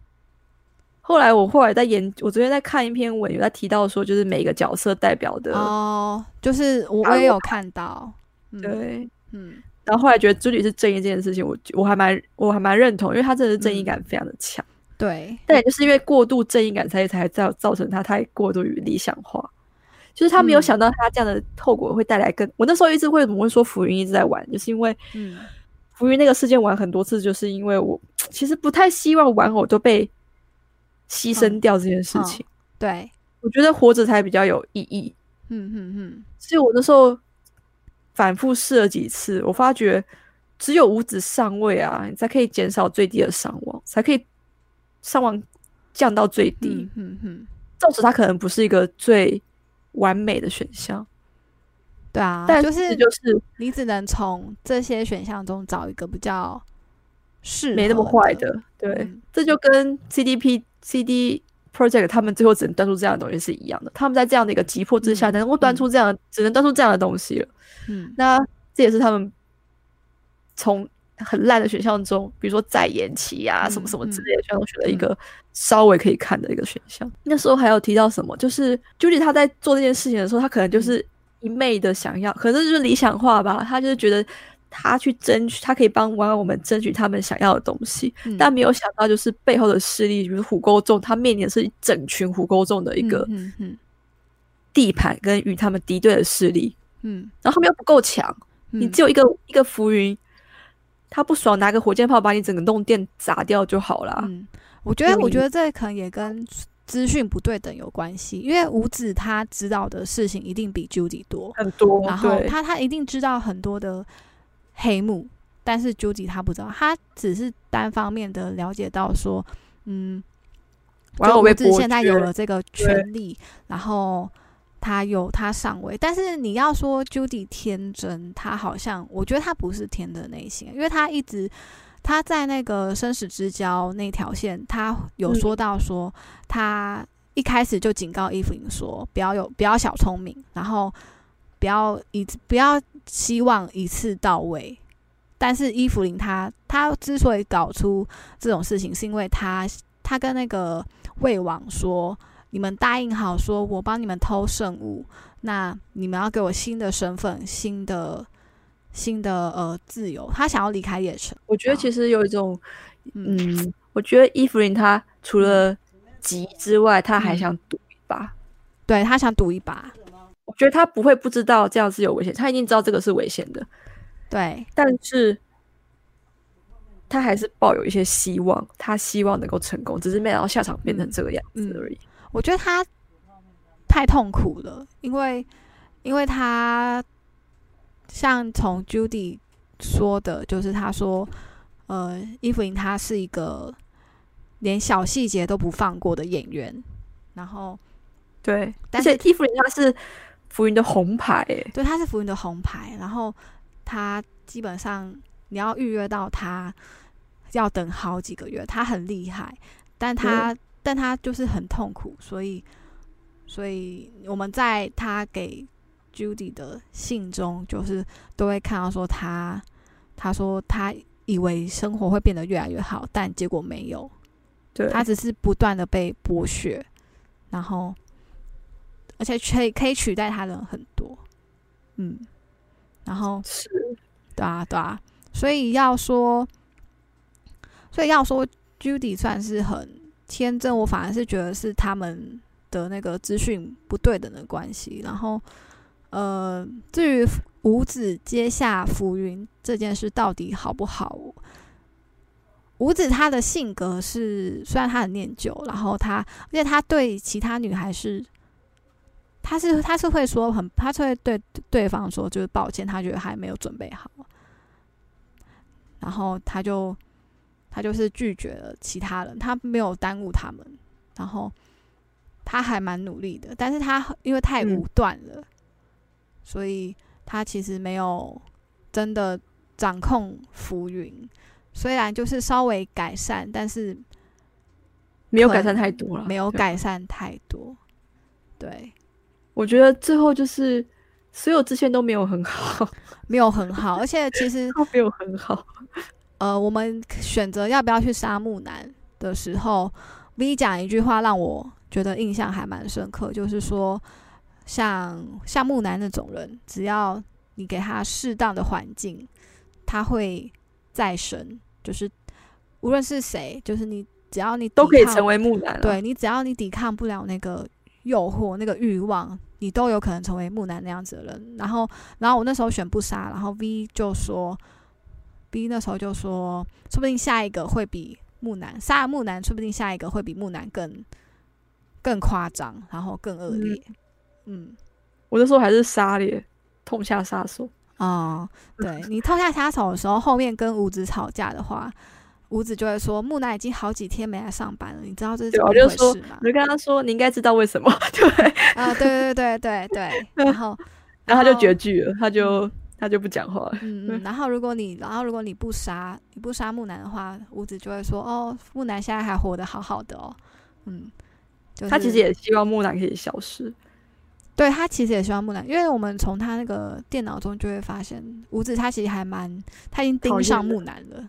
Speaker 3: 后来我后来在研，我昨天在看一篇文，有在提到说，就是每个角色代表的，
Speaker 1: 哦，就是我
Speaker 3: 啊
Speaker 1: 我也
Speaker 3: 我
Speaker 1: 有看到，嗯，
Speaker 3: 对。
Speaker 1: 嗯，
Speaker 3: 然后后来觉得朱莉是正义这件事情，我我还蛮我还蛮认同，因为他真的是正义
Speaker 1: 嗯
Speaker 3: 感非常的强，
Speaker 1: 对，
Speaker 3: 但也就是因为过度正义感，才才造造成他太过度于理想化，就是他没有
Speaker 1: 嗯
Speaker 3: 想到他这样的后果会带来更。我那时候一直为什么会说浮云一直在玩，就是因为
Speaker 1: 嗯，
Speaker 3: 浮云那个事件玩很多次，就是因为我其实不太希望玩偶都被牺牲掉这件事
Speaker 1: 嗯
Speaker 3: 情，
Speaker 1: 对，
Speaker 3: 我觉得活着才比较有意义。
Speaker 1: 嗯嗯嗯，
Speaker 3: 所以我那时候反复试了几次，我发觉只有五指上位啊，你才可以减少最低的伤亡，才可以伤亡降到最低
Speaker 1: 嗯。嗯嗯，
Speaker 3: 纵使它可能不是一个最完美的选项，
Speaker 1: 对啊，
Speaker 3: 但
Speaker 1: 就是是
Speaker 3: 就是
Speaker 1: 你只能从这些选项中找一个比较适
Speaker 3: 没那么
Speaker 1: 合
Speaker 3: 坏
Speaker 1: 的，
Speaker 3: 的。对，
Speaker 1: 嗯
Speaker 3: 这就跟 CDP CD Project 他们最后只能端出这样的东西是一样的。他们在这样的一个急迫之下，
Speaker 1: 嗯
Speaker 3: 能够端出这样的，只能端出这样的东西了。
Speaker 1: 嗯，
Speaker 3: 那这也是他们从很烂的选项中，比如说再延期啊、
Speaker 1: 嗯
Speaker 3: 什么什么之
Speaker 1: 嗯
Speaker 3: 类的选项中选了一个稍微可以看的一个选项。那时候还有提到什么，就是 Judy 他在做这件事情的时候，他可能
Speaker 1: 嗯
Speaker 3: 就是一昧的想要，可能就是理想化吧，他就是觉得。他去争取，他可以帮玩我们争取他们想要的东西，
Speaker 1: 嗯
Speaker 3: 但没有想到就是背后的势力，比如虎沟众，他面临的是一整群虎沟众的一个
Speaker 1: 嗯嗯
Speaker 3: 地盘跟与他们敌对的势力，
Speaker 1: 嗯，
Speaker 3: 然后他们又不够强，
Speaker 1: 嗯
Speaker 3: 你只有一个一个浮云，他不爽拿个火箭炮把你整个弄电砸掉就好啦。
Speaker 1: 嗯，我觉得，
Speaker 3: 就
Speaker 1: 我
Speaker 3: 啊你
Speaker 1: 觉得这可能也跟资讯不对等有关系，因为五子他知道的事情一定比 Judy 多，
Speaker 3: 很多
Speaker 1: 然后
Speaker 3: 对，
Speaker 1: 他他一定知道很多的黑幕，但是 Judy 他不知道，他只是单方面的了解到说，嗯，
Speaker 3: 玩
Speaker 1: 就
Speaker 3: 偶
Speaker 1: 吴
Speaker 3: 被
Speaker 1: 志
Speaker 3: 剥
Speaker 1: 现在
Speaker 3: 削
Speaker 1: 有了这个
Speaker 3: 对
Speaker 1: 权利，然后他有他上位，但是你要说 Judy 天真，他好像我觉得他不是天真的类型，因为他一直他在那个生死之交那条线，他有
Speaker 3: 嗯
Speaker 1: 说到说、他一开始就警告伊芙琳说不要有不要小聪明，然后不要一次不要希望一次到位。但是伊芙琳她她之所以搞出这种事情，是因为她她跟那个魏王说，你们答应好说，我帮你们偷圣物，那你们要给我新的身份、新的新的呃自由。她想要离开夜城，
Speaker 3: 我觉得其实有一种，
Speaker 1: 嗯
Speaker 3: 嗯，我觉得伊芙琳她除了急之外，她还
Speaker 1: 嗯
Speaker 3: 想赌一把，
Speaker 1: 对他想赌一把，
Speaker 3: 我觉得他不会不知道这样是有危险，他一定知道这个是危险的，
Speaker 1: 对
Speaker 3: 但是他还是抱有一些希望，他希望能够成功，只是没想到下场变成这个样
Speaker 1: 嗯
Speaker 3: 子而已。
Speaker 1: 我觉得他太痛苦了，因为因为他像从 Judy 说的，就是他说，呃，伊芙琳她是一个连小细节都不放过的演员，然后
Speaker 3: 对，
Speaker 1: 但
Speaker 3: 而
Speaker 1: 是
Speaker 3: 且伊芙琳她是浮云的红牌、欸，
Speaker 1: 对，他是浮云的红牌，然后他基本上你要预约到他要等好几个月，他很厉害，但他、但他就是很痛苦，所以所以我们在他给 Judy 的信中，就是都会看到说他他说他以为生活会变得越来越好，但结果没有，
Speaker 3: 对，
Speaker 1: 他只是不断的被剥削，然后而且可以可以取代他的人很多，嗯，然后
Speaker 3: 是
Speaker 1: 对啊对啊，所以要说，所以要说 Judy 算是很天真，我反而是觉得是他们的那个资讯不对等的关系，然后呃，至于五子接下浮云这件事到底好不好？五子他的性格是，虽然他很念旧，然后他，而且他对其他女孩是，他是他是会说很，他是会对对方说就是抱歉，他觉得还没有准备好，然后他就他就是拒绝了其他人，他没有耽误他们，然后他还蛮努力的，但是他因为太
Speaker 3: 嗯
Speaker 1: 武断了，所以他其实没有真的掌控浮云，虽然就是稍微改善，但是
Speaker 3: 没有
Speaker 1: 可
Speaker 3: 改善太多了，
Speaker 1: 没有
Speaker 3: 对。
Speaker 1: 改善太多。对，
Speaker 3: 我觉得最后就是所有支线都没有很 好，
Speaker 1: 没有很好，而且其实
Speaker 3: 都没有很好。
Speaker 1: 呃，我们选择要不要去杀木南的时候，V 讲一句话让我觉得印象还蛮深刻，就是说，像像木南那种人，只要你给他适当的环境，他会再生，就是无论是谁，就是你只要你
Speaker 3: 都
Speaker 1: 抵
Speaker 3: 可以
Speaker 1: 抗
Speaker 3: 成为木兰了。
Speaker 1: 对你只要你抵抗不了那个诱惑、那个欲望，你都有可能成为木兰那样子的人。然后，然后我那时候选不杀，然后 V 就说，V 那时候就说，说不定下一个会比木兰杀了木兰，说不定下一个会比木兰更更夸张，然后更恶劣。 嗯，
Speaker 3: 我那时候还是杀猎，痛下杀手。
Speaker 1: 哦，对你痛下杀手的时候，后面跟五子吵架的话。五子就会说：“木兰已经好几天没来上班了，你知道这是
Speaker 3: 对
Speaker 1: 怎
Speaker 3: 我
Speaker 1: 么回
Speaker 3: 就说
Speaker 1: 事吗？”
Speaker 3: 我就跟他说：“你应该知道为什么。” 对，，
Speaker 1: 啊，对对对对对，然后
Speaker 3: 然后他就
Speaker 1: 觉
Speaker 3: 绝句了，他就他就不讲话了。
Speaker 1: 嗯嗯，然后如果你，然后如果你不杀，你不杀木南的话，五子就会说，哦，木南现在还活得好好的哦，嗯，就是、
Speaker 3: 他其实也希望木兰可以消失。
Speaker 1: 对他其实也希望木南，因为我们从他那个电脑中就会发现，五子他其实还蛮，他已经
Speaker 3: 讨
Speaker 1: 盯
Speaker 3: 厌
Speaker 1: 上
Speaker 3: 的
Speaker 1: 木南了，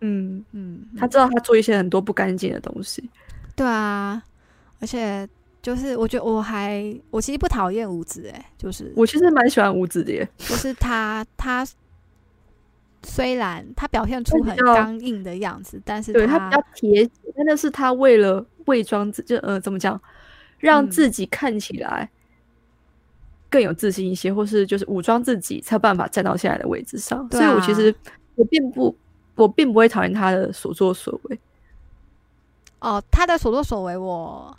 Speaker 3: 嗯，
Speaker 1: 嗯，
Speaker 3: 他
Speaker 1: 嗯
Speaker 3: 知道他做一些很多不干净的东西。
Speaker 1: 对啊，而且就是我觉得我还我其实不讨厌五子，诶，就是
Speaker 3: 我其实蛮喜欢五子的耶，
Speaker 1: 就是他他虽然他表现出
Speaker 3: 他
Speaker 1: 很
Speaker 3: 比较
Speaker 1: 刚硬的样子，但是
Speaker 3: 对他比较铁血，但那是他为了伪装自，就呃怎么讲，让
Speaker 1: 嗯
Speaker 3: 自己看起来更有自信一些，或是就是武装自己，才有办法站到现在的位置上。
Speaker 1: 对
Speaker 3: 所以我其
Speaker 1: 啊
Speaker 3: 实我并不，我并不会讨厌他的所作所为。
Speaker 1: 哦，他的所作所为我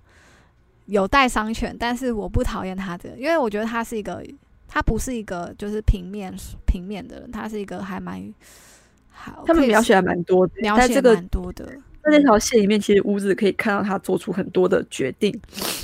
Speaker 1: 有待商榷，但是我不讨厌他的，因为我觉得他是一个，他不是一个就是平面平面的人，他是一个还蛮好，
Speaker 3: 他们
Speaker 1: 可以
Speaker 3: 描写
Speaker 1: 是
Speaker 3: 还蛮多的，
Speaker 1: 描
Speaker 3: 在
Speaker 1: 写
Speaker 3: 这个
Speaker 1: 蛮嗯多的，
Speaker 3: 在这条线里面，其实五子可以看到他做出很多的决定，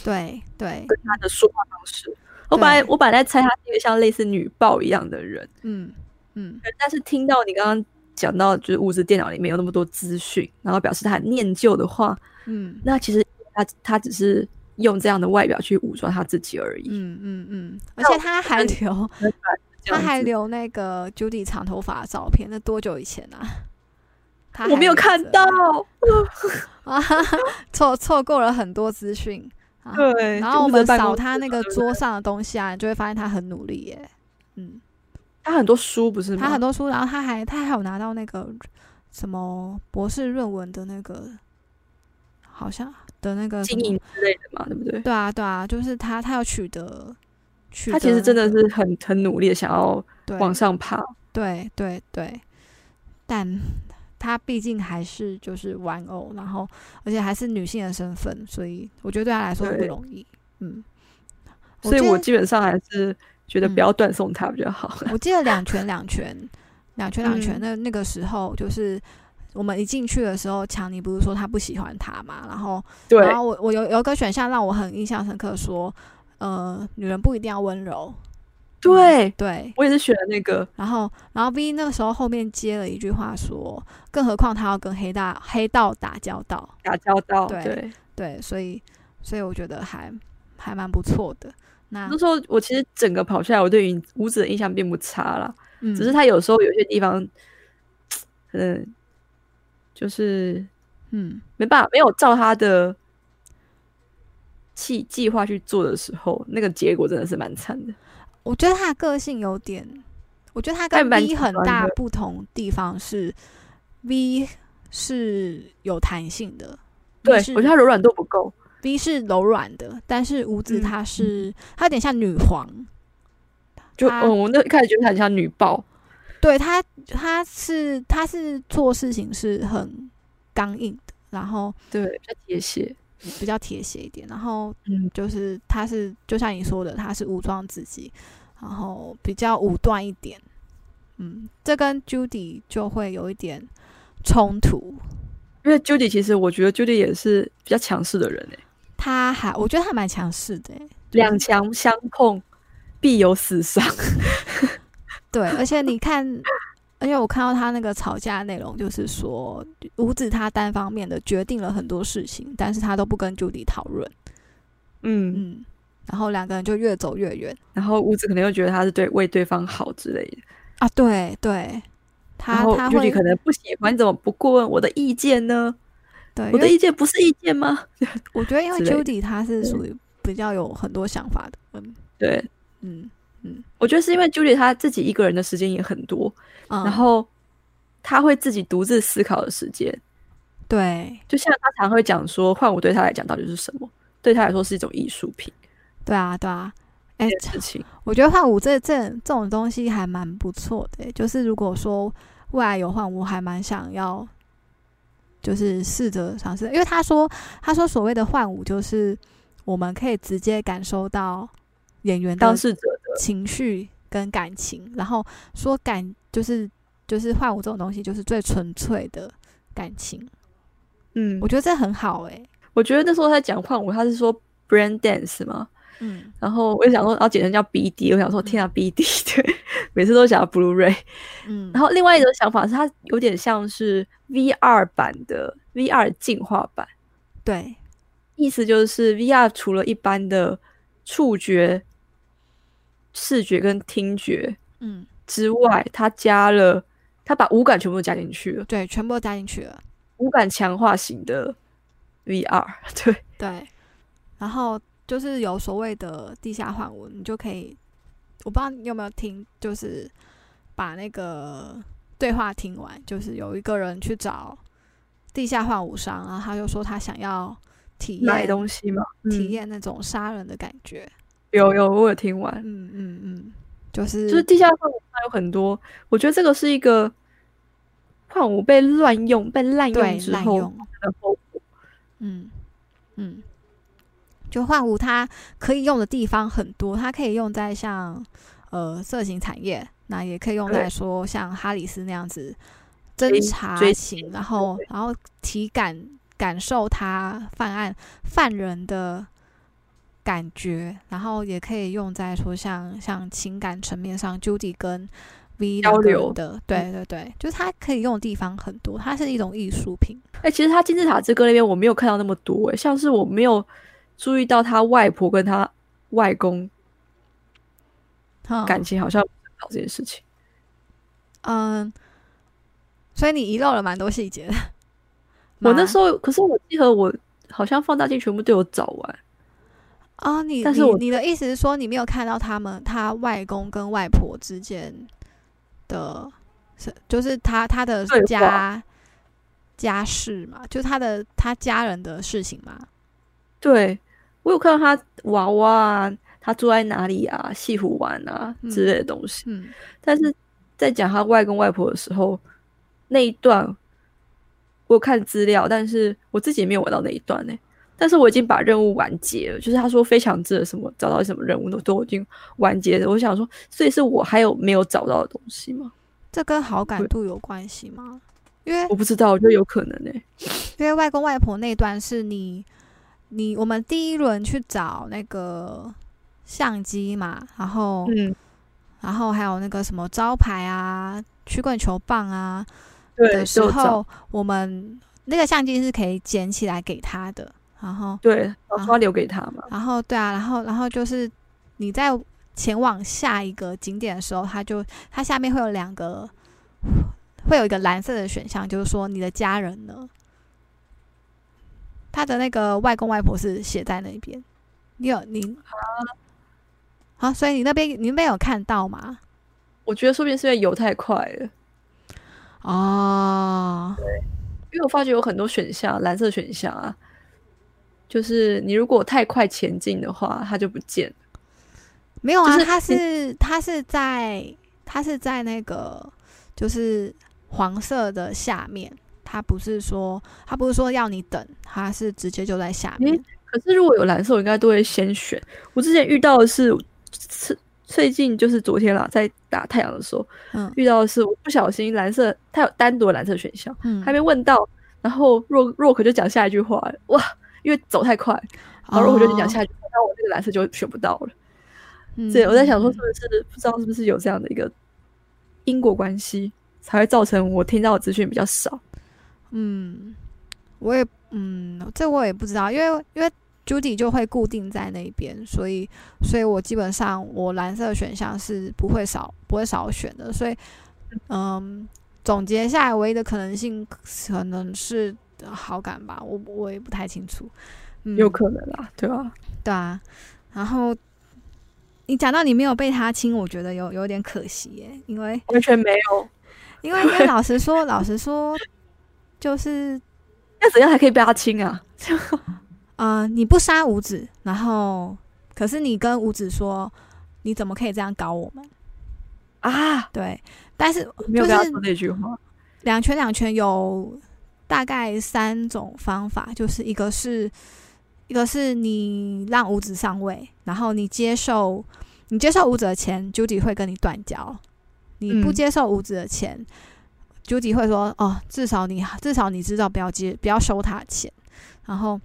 Speaker 1: 对对，
Speaker 3: 跟他的说话方式。我本来
Speaker 1: 对
Speaker 3: 我本来在猜他是一个像类似女暴一样的人，
Speaker 1: 嗯嗯，
Speaker 3: 但是听到你刚刚讲到，就是物质电脑里面有那么多资讯，然后表示他很念旧的话，
Speaker 1: 嗯
Speaker 3: 那其实他他只是用这样的外表去武装他自己而已。
Speaker 1: 嗯嗯嗯，而
Speaker 3: 那
Speaker 1: 且
Speaker 3: 我
Speaker 1: 他还
Speaker 3: 跟
Speaker 1: 留，
Speaker 3: 这
Speaker 1: 他
Speaker 3: 样
Speaker 1: 还
Speaker 3: 子
Speaker 1: 留那个 Judy 长头发的照片，那多久以前 啊？他
Speaker 3: 我
Speaker 1: 还
Speaker 3: 没有
Speaker 1: 留
Speaker 3: 看
Speaker 1: 着
Speaker 3: 到，
Speaker 1: 啊，哈哈错错过了很多资讯。啊
Speaker 3: 对。
Speaker 1: 然
Speaker 3: 就
Speaker 1: 后我
Speaker 3: 物质
Speaker 1: 们
Speaker 3: 办
Speaker 1: 扫
Speaker 3: 公
Speaker 1: 他
Speaker 3: 室
Speaker 1: 那个
Speaker 3: 对不对
Speaker 1: 桌上的东西啊，你就会发现他很努力耶。嗯，
Speaker 3: 他很多书不是吗？
Speaker 1: 他很多书，然后他还他还有拿到那个什么博士论文的那个，好像的那个什
Speaker 3: 经
Speaker 1: 么
Speaker 3: 营之类的嘛，对不对？
Speaker 1: 对啊，对啊，就是他，他要取得，取
Speaker 3: 他其实
Speaker 1: 得
Speaker 3: 真的
Speaker 1: 那个
Speaker 3: 是很很努力的想要
Speaker 1: 嗯对
Speaker 3: 往上爬，
Speaker 1: 对对对，但她毕竟还是就是玩偶，然后而且还是女性的身份，所以我觉得对她来说不
Speaker 3: 对
Speaker 1: 容易。嗯，
Speaker 3: 所以
Speaker 1: 记
Speaker 3: 我
Speaker 1: 得
Speaker 3: 基本上还是觉得
Speaker 1: 嗯
Speaker 3: 不要断送他比较好。
Speaker 1: 我记得两拳两拳，两拳两拳
Speaker 3: 嗯
Speaker 1: 那那个时候就是。我们一进去的时候，强尼不是说他不喜欢他嘛？然后，
Speaker 3: 对，
Speaker 1: 然后我我有有一个选项让我很印象深刻，说，呃，女人不一定要温柔，
Speaker 3: 对
Speaker 1: 对，
Speaker 3: 我也是选了那个，
Speaker 1: 然后，然后 V 那个时候后面接了一句话说，更何况他要跟黑大黑道打交道，
Speaker 3: 打交道，
Speaker 1: 对
Speaker 3: 对。
Speaker 1: 对，所以，所以我觉得还还蛮不错的。那
Speaker 3: 那时候我其实整个跑下来，我对于五指的印象并不差啦，
Speaker 1: 嗯，
Speaker 3: 只是他有时候有些地方，可能就是
Speaker 1: 嗯，
Speaker 3: 没办法，没有照他的计计划去做的时候，那个结果真的是蛮惨的。
Speaker 1: 我觉得他的个性有点，我觉得他
Speaker 3: 还
Speaker 1: 跟
Speaker 3: 蛮
Speaker 1: V
Speaker 3: 极
Speaker 1: 很
Speaker 3: 端
Speaker 1: 大
Speaker 3: 的
Speaker 1: 不同地方是，V 是有弹性的，
Speaker 3: 对
Speaker 1: V 是
Speaker 3: 我觉得他柔软度不够，
Speaker 1: V 是柔软的，但是五子
Speaker 3: 嗯
Speaker 1: 她是、她有点像女皇，
Speaker 3: 就
Speaker 1: 他
Speaker 3: 嗯，我那一开始觉得他很像女暴，
Speaker 1: 对他，他是他是做事情是很刚硬的，然后
Speaker 3: 对，比较铁血，
Speaker 1: 比较铁血一点，然后
Speaker 3: 嗯，
Speaker 1: 就是他是就像你说的，他是武装自己，然后比较武断一点，嗯，这跟 Judy 就会有一点冲突。
Speaker 3: 因为 Judy 其实我觉得 Judy 也是比较强势的人诶、欸
Speaker 1: 他还我觉得他蛮强势的欸，
Speaker 3: 两强相控必有死伤。
Speaker 1: 对，而且你看，而且我看到他那个吵架内容，就是说五子他单方面的决定了很多事情，但是他都不跟 Judy 讨论。
Speaker 3: 嗯，
Speaker 1: 嗯，然后两个人就越走越远
Speaker 3: 然后屋子可能又觉得他是对为对方好之类的，
Speaker 1: 啊！对对，
Speaker 3: 然
Speaker 1: 他
Speaker 3: 后
Speaker 1: 他
Speaker 3: Judy
Speaker 1: 会
Speaker 3: 可能不喜欢，你怎么不过问我的意见呢？
Speaker 1: 对，
Speaker 3: 我
Speaker 1: 因
Speaker 3: 的
Speaker 1: 为
Speaker 3: 意见不是意见吗？
Speaker 1: 我觉得因为
Speaker 3: 之类的嗯
Speaker 1: Judy 他是属于比较有很多想法的，嗯
Speaker 3: 对，
Speaker 1: 嗯
Speaker 3: 我觉得是因为 Judy 她自己一个人的时间也很多，
Speaker 1: 嗯，
Speaker 3: 然后她会自己独自思考的时间，
Speaker 1: 对
Speaker 3: 就像她常会讲说，换我对她来讲到底是什么？对她来说是一种艺术品
Speaker 1: 对啊对啊，哎
Speaker 3: 这，件事情。
Speaker 1: 我觉得换舞这这这种东西还蛮不错的欸，就是如果说未来有换舞，还蛮想要，就是试着尝试，因为他说他说所谓的换舞就是我们可以直接感受到演员
Speaker 3: 当
Speaker 1: 的
Speaker 3: 事者的
Speaker 1: 情绪跟感情，然后说感就是就是换舞这种东西就是最纯粹的感情，
Speaker 3: 嗯
Speaker 1: 我，觉得这很好欸诶、
Speaker 3: 我觉得那时候她讲换我，她是说 brain dance 吗？
Speaker 1: 嗯，
Speaker 3: 然后我就想说，然后简称叫 BD，我想说天啊，BD，对， 每次都想要 Blu-ray。
Speaker 1: 嗯
Speaker 3: 然后另外一种想法是，它有点像是 VR 版的 VR 进化版，
Speaker 1: 对
Speaker 3: 意思就是 VR 除了一般的触觉、视觉跟听觉
Speaker 1: 嗯
Speaker 3: 之外，它加了，它把五感全部都加进去了，
Speaker 1: 对，全部都加进去了。
Speaker 3: 五感强化型的 VR，对，
Speaker 1: 对，然后就是有所谓的地下换物，你就可以，我不知道你有没有听，就是把那个对话听完，就是有一个人去找地下换物商，然后他就说他想要体
Speaker 3: 买
Speaker 1: 验
Speaker 3: 东西嘛，
Speaker 1: 体
Speaker 3: 嗯，
Speaker 1: 验那种杀人的感觉，
Speaker 3: 有有，我有听完。
Speaker 1: 嗯嗯嗯，就是
Speaker 3: 就是地下换舞上有很多，我觉得这个是一个换舞被乱用、被滥用
Speaker 1: 对
Speaker 3: 之
Speaker 1: 滥
Speaker 3: 后
Speaker 1: 用，
Speaker 3: 的后果。
Speaker 1: 嗯，嗯，就幻舞它可以用的地方很多，它可以用在像呃色情产业，那也可以用
Speaker 3: 对
Speaker 1: 在说像哈里斯那样子
Speaker 3: 追
Speaker 1: 侦查
Speaker 3: 追
Speaker 1: 型，然后然后体感感受他犯案犯人的感觉，然后也可以用在说像像情感层面上，Judy 跟 V
Speaker 3: 交
Speaker 1: 两个人
Speaker 3: 流嗯
Speaker 1: 的，对对对，就是它可以用的地方很多，它是一种艺术品。
Speaker 3: 哎、其实他金字塔之歌那边我没有看到那么多、哎，像是我没有注意到他外婆跟他外公
Speaker 1: 嗯
Speaker 3: 感情好像不是很好这件事情。
Speaker 1: 嗯，所以你遗漏了蛮多细节的。
Speaker 3: 我那时
Speaker 1: 候
Speaker 3: 候，可是我记得我好像放大镜全部都有找完，
Speaker 1: 啊、你
Speaker 3: 但是
Speaker 1: 你
Speaker 3: 我
Speaker 1: 你的意思是说你没有看到他们他外公跟外婆之间的，是就是他他的
Speaker 3: 对话
Speaker 1: 家家事嘛，就他的他家人的事情嘛。
Speaker 3: 对我有看到他娃娃啊，他住在哪里啊，西湖湾啊
Speaker 1: 嗯
Speaker 3: 之类的东西。
Speaker 1: 嗯，
Speaker 3: 但是在讲他外公外婆的时候，那一段我有看资料，但是我自己也没有玩到那一段呢、但是我已经把任务完结了，就是他说非常之的什么找到什么任务都都已经完结了。我想说，所以是我还有没有找到的东西吗？
Speaker 1: 这跟好感
Speaker 3: 会
Speaker 1: 度有关系吗？因为
Speaker 3: 我不知道，我觉得有可能呢、欸
Speaker 1: 因为外公外婆那段是你你我们第一轮去找那个相机嘛，然后、
Speaker 3: 嗯，
Speaker 1: 然后还有那个什么招牌啊、曲棍球棒啊
Speaker 3: 对，
Speaker 1: 的时
Speaker 3: 就找
Speaker 1: 候，我们那个相机是可以捡起来给他的，然后
Speaker 3: 对，老
Speaker 1: 啊
Speaker 3: 说要留给他嘛。
Speaker 1: 然后对啊，然后然后就是你在前往下一个景点的时候，它就它下面会有两个，会有一个蓝色的选项，就是说你的家人呢，他的那个外公外婆是写在那边，你有你好、所以你那边你那边有看到吗？
Speaker 3: 我觉得说不定是因为游太快了，
Speaker 1: 哦，
Speaker 3: 因为我发觉有很多选项，蓝色选项啊，就是你如果太快前进的话，它就不见了。
Speaker 1: 没有啊，
Speaker 3: 就是
Speaker 1: 他是他是在他是在那个就是黄色的下面，他不是说他不是说要你等，他是直接就在下面。
Speaker 3: 诶可是如果有蓝色，我应该都会先选。我之前遇到的是，是最近就是昨天啦，在打太阳的时候
Speaker 1: 嗯
Speaker 3: 遇到的是，我不小心蓝色，它有单独的蓝色选项，
Speaker 1: 嗯，
Speaker 3: 还没问到，然后若若可就讲下一句话了，哇，因为走太快，然后若
Speaker 1: 哦
Speaker 3: 可就讲下一句话，那、我这个蓝色就选不到了。
Speaker 1: 嗯
Speaker 3: 对，我在想说，
Speaker 1: 嗯
Speaker 3: 是不是不知道是不是有这样的一个因果关系，才会造成我听到的资讯比较少。
Speaker 1: 嗯，我也嗯，这我也不知道，因为因为 Judy 就会固定在那边，所以所以我基本上我蓝色的选项是不会少不会少选的，所以嗯，总结下来唯一的可能性可能是呃好感吧，我我也不太清楚，嗯，
Speaker 3: 有可能啦，对吧、
Speaker 1: 对啊，然后。你讲到你没有被他亲，我觉得有有点可惜耶，因为
Speaker 3: 完全没有，
Speaker 1: 因为因为老实说，老实说，就是
Speaker 3: 那怎样还可以被他亲啊？
Speaker 1: 呃，你不杀五子，然后可是你跟五子说，你怎么可以这样搞我们？
Speaker 3: 啊，
Speaker 1: 对，但是
Speaker 3: 我没有
Speaker 1: 就
Speaker 3: 跟他
Speaker 1: 是
Speaker 3: 说那句话。
Speaker 1: 两拳两拳有大概三种方法，就是一个是一个是你让五子上位，然后你接受你接受五子的钱，Judy 会跟你断交；你不
Speaker 3: 嗯
Speaker 1: 接受五子的钱、j u d y 会说哦，至少你至少你知道不要接不要收他的钱，然后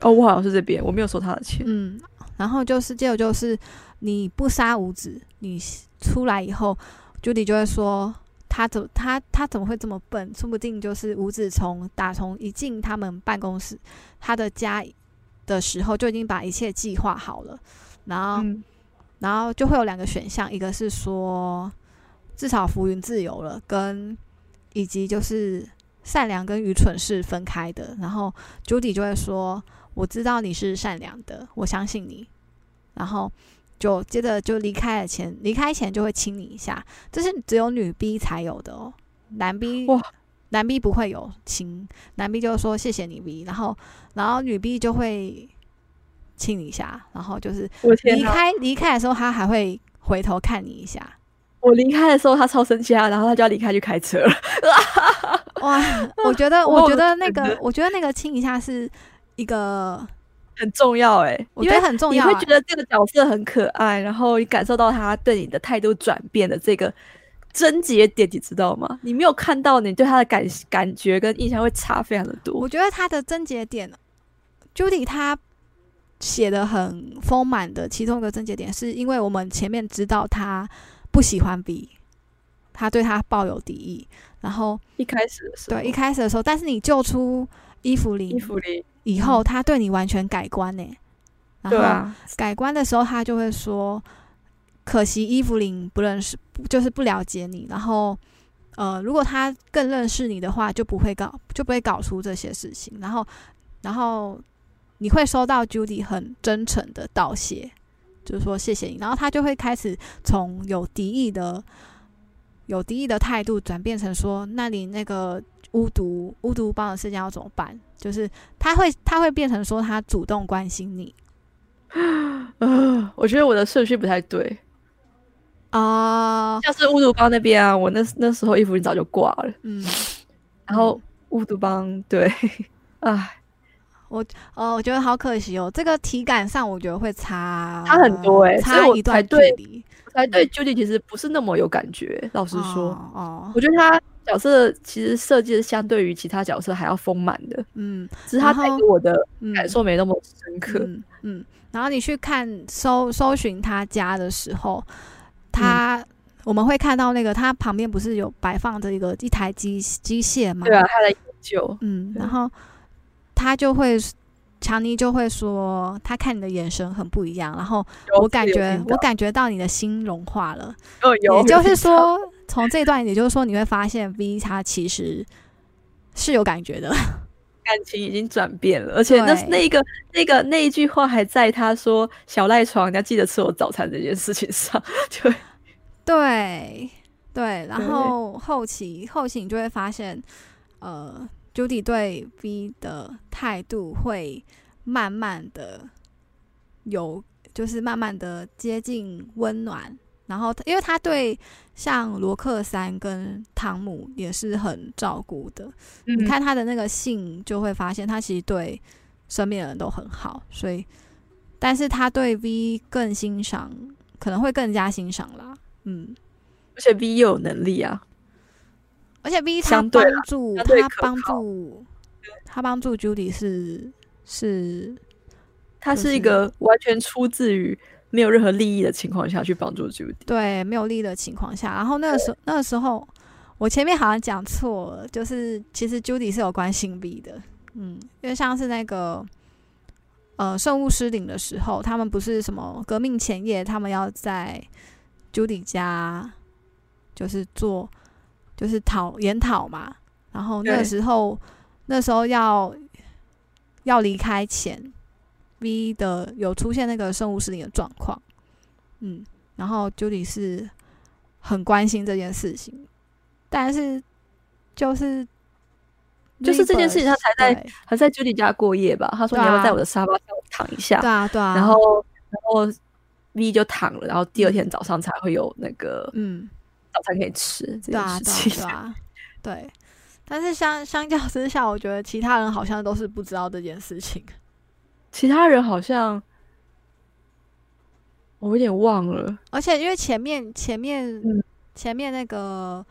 Speaker 3: 哦，我好像是这边，我没有收他的钱。
Speaker 1: 嗯，然后就是结果就是你不杀五子，你出来以后，Judy 就会说他怎他他怎么会这么笨？说不定就是五子从打从一进他们办公室他的家的时候就已经把一切计划好了，然后、
Speaker 3: 嗯，
Speaker 1: 然后就会有两个选项，一个是说至少浮云自由了，跟以及就是善良跟愚蠢是分开的。然后 Judy 就会说：“我知道你是善良的，我相信你。”然后就接着就离开了前，离开前就会亲你一下，这是只有女 B 才有的哦，男 B
Speaker 3: 哇
Speaker 1: 男 B 不会有亲，男 B 就说谢谢你 B，然后然后女 B 就会亲你一下，然后就是
Speaker 3: 我的天
Speaker 1: 离
Speaker 3: 哪！
Speaker 1: 开离开的时候，他还会回头看你 一下。
Speaker 3: 我离开的时候他超生气啊，然后他就要离开去开车了。
Speaker 1: 哇，我觉得，
Speaker 3: 我
Speaker 1: 我觉得那
Speaker 3: 我
Speaker 1: 个，我觉得那个亲一下是一个，
Speaker 3: 很重要哎、
Speaker 1: 我
Speaker 3: 因
Speaker 1: 觉
Speaker 3: 为
Speaker 1: 得很重
Speaker 3: 你
Speaker 1: 要、
Speaker 3: 会
Speaker 1: 啊
Speaker 3: 觉。得这个角色很可爱，然后你感受到他对你的态度转变的这个症结点，你知道吗？你没有看到，你对他的感感觉跟印象会差非常的多
Speaker 1: 我。觉得他的症结点，Judy 他写的很丰满的，其中一个症结点是因为我们前面知道他不喜欢 B，他对他抱有敌意，然后
Speaker 3: 一开始的时候，
Speaker 1: 对一开始的时候，但是你救出伊芙琳
Speaker 3: 衣服里，
Speaker 1: 以后，他对你完全改观呢。然
Speaker 3: 对
Speaker 1: 后
Speaker 3: 啊，
Speaker 1: 改观的时候，他就会说：“可惜伊芙琳不认识，不就是不了解你。然后，呃，如果他更认识你的话，就不会搞，就不会搞出这些事情。然后，然后你会收到 Judy 很真诚的道谢，就是说谢谢你。然后他就会开始从有敌意的、有敌意的态度转变成说：那你那个巫毒巫毒帮的事情要怎么办？就是他会他会变成说他主动关心你
Speaker 3: 呃，我觉得我的顺序不太对，
Speaker 1: 啊、
Speaker 3: 像是巫毒帮那边啊，我那那时候衣服早就挂了，
Speaker 1: 嗯，
Speaker 3: 然后巫毒帮对， 啊唉，
Speaker 1: 哦，我觉得好可惜哦，这个体感上我觉得会差
Speaker 3: 差很多欸所以
Speaker 1: 差
Speaker 3: 我
Speaker 1: 一
Speaker 3: 才
Speaker 1: 段
Speaker 3: 对
Speaker 1: 距离。
Speaker 3: 我才对 Judy 其实不是那么有感觉，老实说，
Speaker 1: 哦哦，
Speaker 3: 我觉得他角色其实设计的相对于其他角色还要丰满的，
Speaker 1: 嗯
Speaker 3: 只是他
Speaker 1: 然
Speaker 3: 带
Speaker 1: 后
Speaker 3: 给我的
Speaker 1: 嗯，
Speaker 3: 感受没那么深刻。
Speaker 1: 嗯嗯，然后你去看搜搜寻他家的时候，他、我们会看到那个他旁边不是有摆放着一个一台机机械吗？
Speaker 3: 对啊，他的研究，
Speaker 1: 嗯，
Speaker 3: 对啊
Speaker 1: 然后他就会强尼就会说，他看你的眼神很不一样，然后我感觉我感觉到你的心融化了，
Speaker 3: 我有，
Speaker 1: 也就
Speaker 3: 有
Speaker 1: 是说，从这段，也就是说，你会发现 V 他其实是有感觉的。
Speaker 3: 感情已经转变了，而且那
Speaker 1: 对
Speaker 3: 那一个那个那一句话还在他说小赖床，你要记得吃我早餐这件事情上，就
Speaker 1: 对对，然
Speaker 3: 对
Speaker 1: 后后期后期你就会发现，呃，Judy 对 V 的态度会慢慢的有，就是慢慢的接近温暖。然后他，因为他对像罗克三跟汤姆也是很照顾的，你
Speaker 3: 你，
Speaker 1: 看他的那个信，就会发现他其实对身边的人都很好，所以，但是他对 V 更欣赏，可能会更加欣赏啦。嗯，
Speaker 3: 而且 V 又有能力啊，
Speaker 1: 而且 V 他
Speaker 3: 相对
Speaker 1: 帮
Speaker 3: 啦
Speaker 1: 助
Speaker 3: 相对
Speaker 1: 他
Speaker 3: 可
Speaker 1: 帮
Speaker 3: 靠
Speaker 1: 助他帮助 Judy 是是
Speaker 3: 他
Speaker 1: 就是
Speaker 3: 一
Speaker 1: 是
Speaker 3: 个完全出自于没有任何利益的情况下去帮助 Judy，
Speaker 1: 对没有力的情况下，然后那个时候那个时候我前面好像讲错了，就是其实 Judy 是有关心 V 的，嗯，因为像是那个呃圣物失灵的时候，他们不是什么革命前夜，他们要在 Judy 家就是做就是讨研讨嘛，然后那个
Speaker 3: 对
Speaker 1: 时候那时候要要离开前，V 的有出现那个圣物失灵的状况，嗯，然后 Judy 是很关心这件事情，但是就是。
Speaker 3: 就是这件事情，他才在
Speaker 1: 对
Speaker 3: 还在 Judy 家过夜吧？他说
Speaker 1: 对
Speaker 3: 你要不
Speaker 1: 啊
Speaker 3: 要在我的沙发上躺一下
Speaker 1: 对，啊，对啊。
Speaker 3: 然后然后 V 就躺了，然后第二天早上才会有那个
Speaker 1: 嗯，
Speaker 3: 早餐可以吃这
Speaker 1: 对
Speaker 3: 件
Speaker 1: 啊，
Speaker 3: 事
Speaker 1: 对啊，对
Speaker 3: 情。
Speaker 1: 啊，对。但是相相较之下，我觉得其他人好像都是不知道这件事情。
Speaker 3: 其他人好像我有点忘了，
Speaker 1: 而且因为前面前面、
Speaker 3: 嗯
Speaker 1: 前面那个，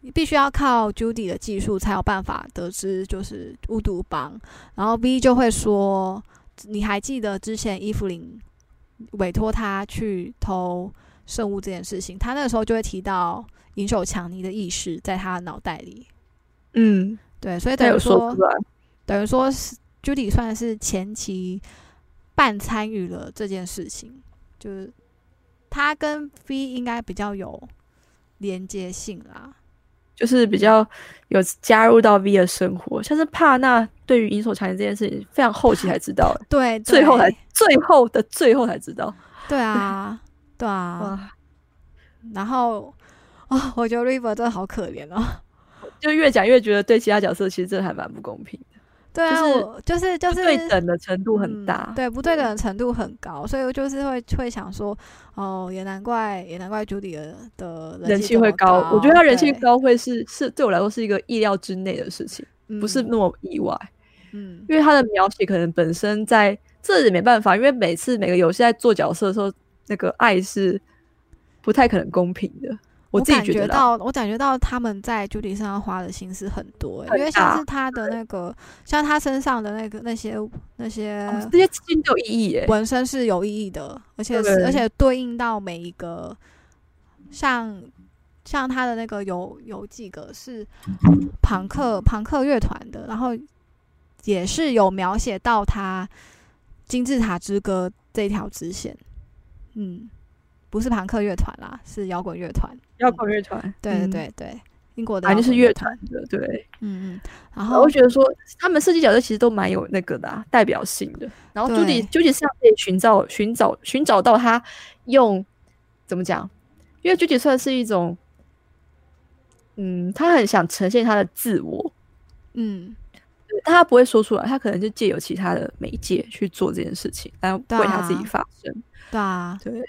Speaker 1: 你必须要靠 Judy 的技术才有办法得知就是巫毒帮，然后 V 就会说，你还记得之前伊芙琳委托他去偷圣物这件事情，他那个时候就会提到银手强尼的意识在他的脑袋里。
Speaker 3: 嗯，
Speaker 1: 对，所以
Speaker 3: 他
Speaker 1: 等
Speaker 3: 有
Speaker 1: 于
Speaker 3: 说
Speaker 1: 说
Speaker 3: 出，来，
Speaker 1: 等于说是 Judy 算是前期半参与了这件事情，就是他跟 V 应该比较有连接性啦。
Speaker 3: 就是比较有加入到 V 的生活，像是帕纳对于银手强奸这件事情，非常后期才知 道，
Speaker 1: 对，
Speaker 3: 最后才
Speaker 1: 对
Speaker 3: 最后的最后才知道，
Speaker 1: 对啊， 对啊。
Speaker 3: 哇，
Speaker 1: 然后哦，我觉得 River 真的好可怜 哦。
Speaker 3: 就越讲越觉得对其他角色其实真的还蛮不公平，
Speaker 1: 对啊，
Speaker 3: 就是
Speaker 1: 我就是就
Speaker 3: 不
Speaker 1: 是
Speaker 3: 对等的程度很
Speaker 1: 嗯
Speaker 3: 大，
Speaker 1: 对不对等的程度很高，所以我就是会会想说，哦，也难怪也难怪 Judy 的的
Speaker 3: 人
Speaker 1: 气
Speaker 3: 气
Speaker 1: 这
Speaker 3: 会
Speaker 1: 么
Speaker 3: 高，我觉得他人气
Speaker 1: 对
Speaker 3: 高会是是对我来说是一个意料之内的事情，不是
Speaker 1: 嗯
Speaker 3: 那么意外，
Speaker 1: 嗯
Speaker 3: 因为他的描写可能本身在这也没办法，因为每次每个游戏在做角色的时候，那个爱是不太可能公平的，我自己
Speaker 1: 感
Speaker 3: 觉
Speaker 1: 觉
Speaker 3: 得啦。哦
Speaker 1: 到，我感觉到他们在 Judy 身上花的心思很多欸、
Speaker 3: 很
Speaker 1: 因为像
Speaker 3: 大
Speaker 1: 是他的那个，像他身上的那个那些那些
Speaker 3: 哦这些事情都有意义耶，
Speaker 1: 纹身是有意义的，而且是
Speaker 3: 对
Speaker 1: 而且对应到每一个，像像他的那个有有几个是朋克朋克乐团的，然后也是有描写到他金字塔之歌这条支线，嗯，不是朋克乐团啦，是摇滚乐团。
Speaker 3: 摇滚乐团，
Speaker 1: 对对
Speaker 3: 嗯，
Speaker 1: 对对，英国的
Speaker 3: 反
Speaker 1: 摇
Speaker 3: 正就是
Speaker 1: 滚
Speaker 3: 乐
Speaker 1: 团
Speaker 3: 团，哦的，对。
Speaker 1: 嗯嗯，然
Speaker 3: 然后
Speaker 1: 后
Speaker 3: 我觉得说，他们设计角色其实都蛮有那个的啊、代表性的。然后
Speaker 1: 对
Speaker 3: 朱迪朱迪是可以寻找寻找寻找到他用怎么讲？因为朱迪算是一种嗯，他很想呈现他的自我，
Speaker 1: 嗯，
Speaker 3: 对但他不会说出来，他可能就借由其他的媒介去做这件事情，然后
Speaker 1: 对
Speaker 3: 为他
Speaker 1: 啊
Speaker 3: 自己发声。
Speaker 1: 对啊，
Speaker 3: 对，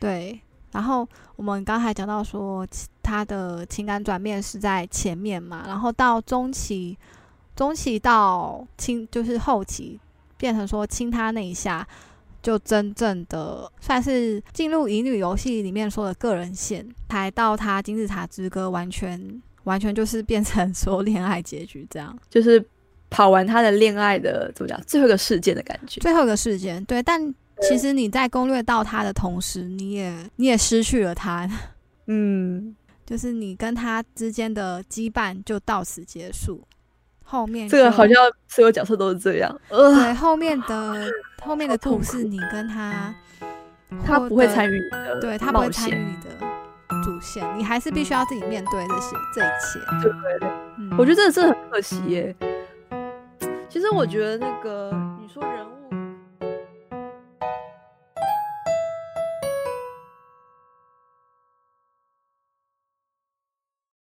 Speaker 1: 对，然后我们刚才讲到说，其他的情感转变是在前面嘛，然后到中期，中期到亲就是后期，变成说亲他那一下，就真正的算是进入乙女游戏里面说的个人线，才到他金字塔之歌完全。完全就是变成 说恋爱结局这样，
Speaker 3: 就是跑完他的恋爱的怎么讲最后一个事件的感觉。
Speaker 1: 最后一个事件对，但其实你在攻略到他的同时，你也你也失去了他，
Speaker 3: 嗯，
Speaker 1: 就是你跟他之间的羁绊就到此结束，后面
Speaker 3: 这个
Speaker 1: 就
Speaker 3: 好像所有角色都是这样。呃，
Speaker 1: 对后面的后面的
Speaker 3: 好痛嗯
Speaker 1: 故事，你跟他
Speaker 3: 他不会
Speaker 1: 获得
Speaker 3: 参与你的
Speaker 1: 对他不
Speaker 3: 冒
Speaker 1: 会参与
Speaker 3: 险。
Speaker 1: 你的主线，你还是必须要自己面对这些这一切。
Speaker 3: 对对对，
Speaker 1: 嗯
Speaker 3: 我觉得这真的很可惜耶。其实我觉得那个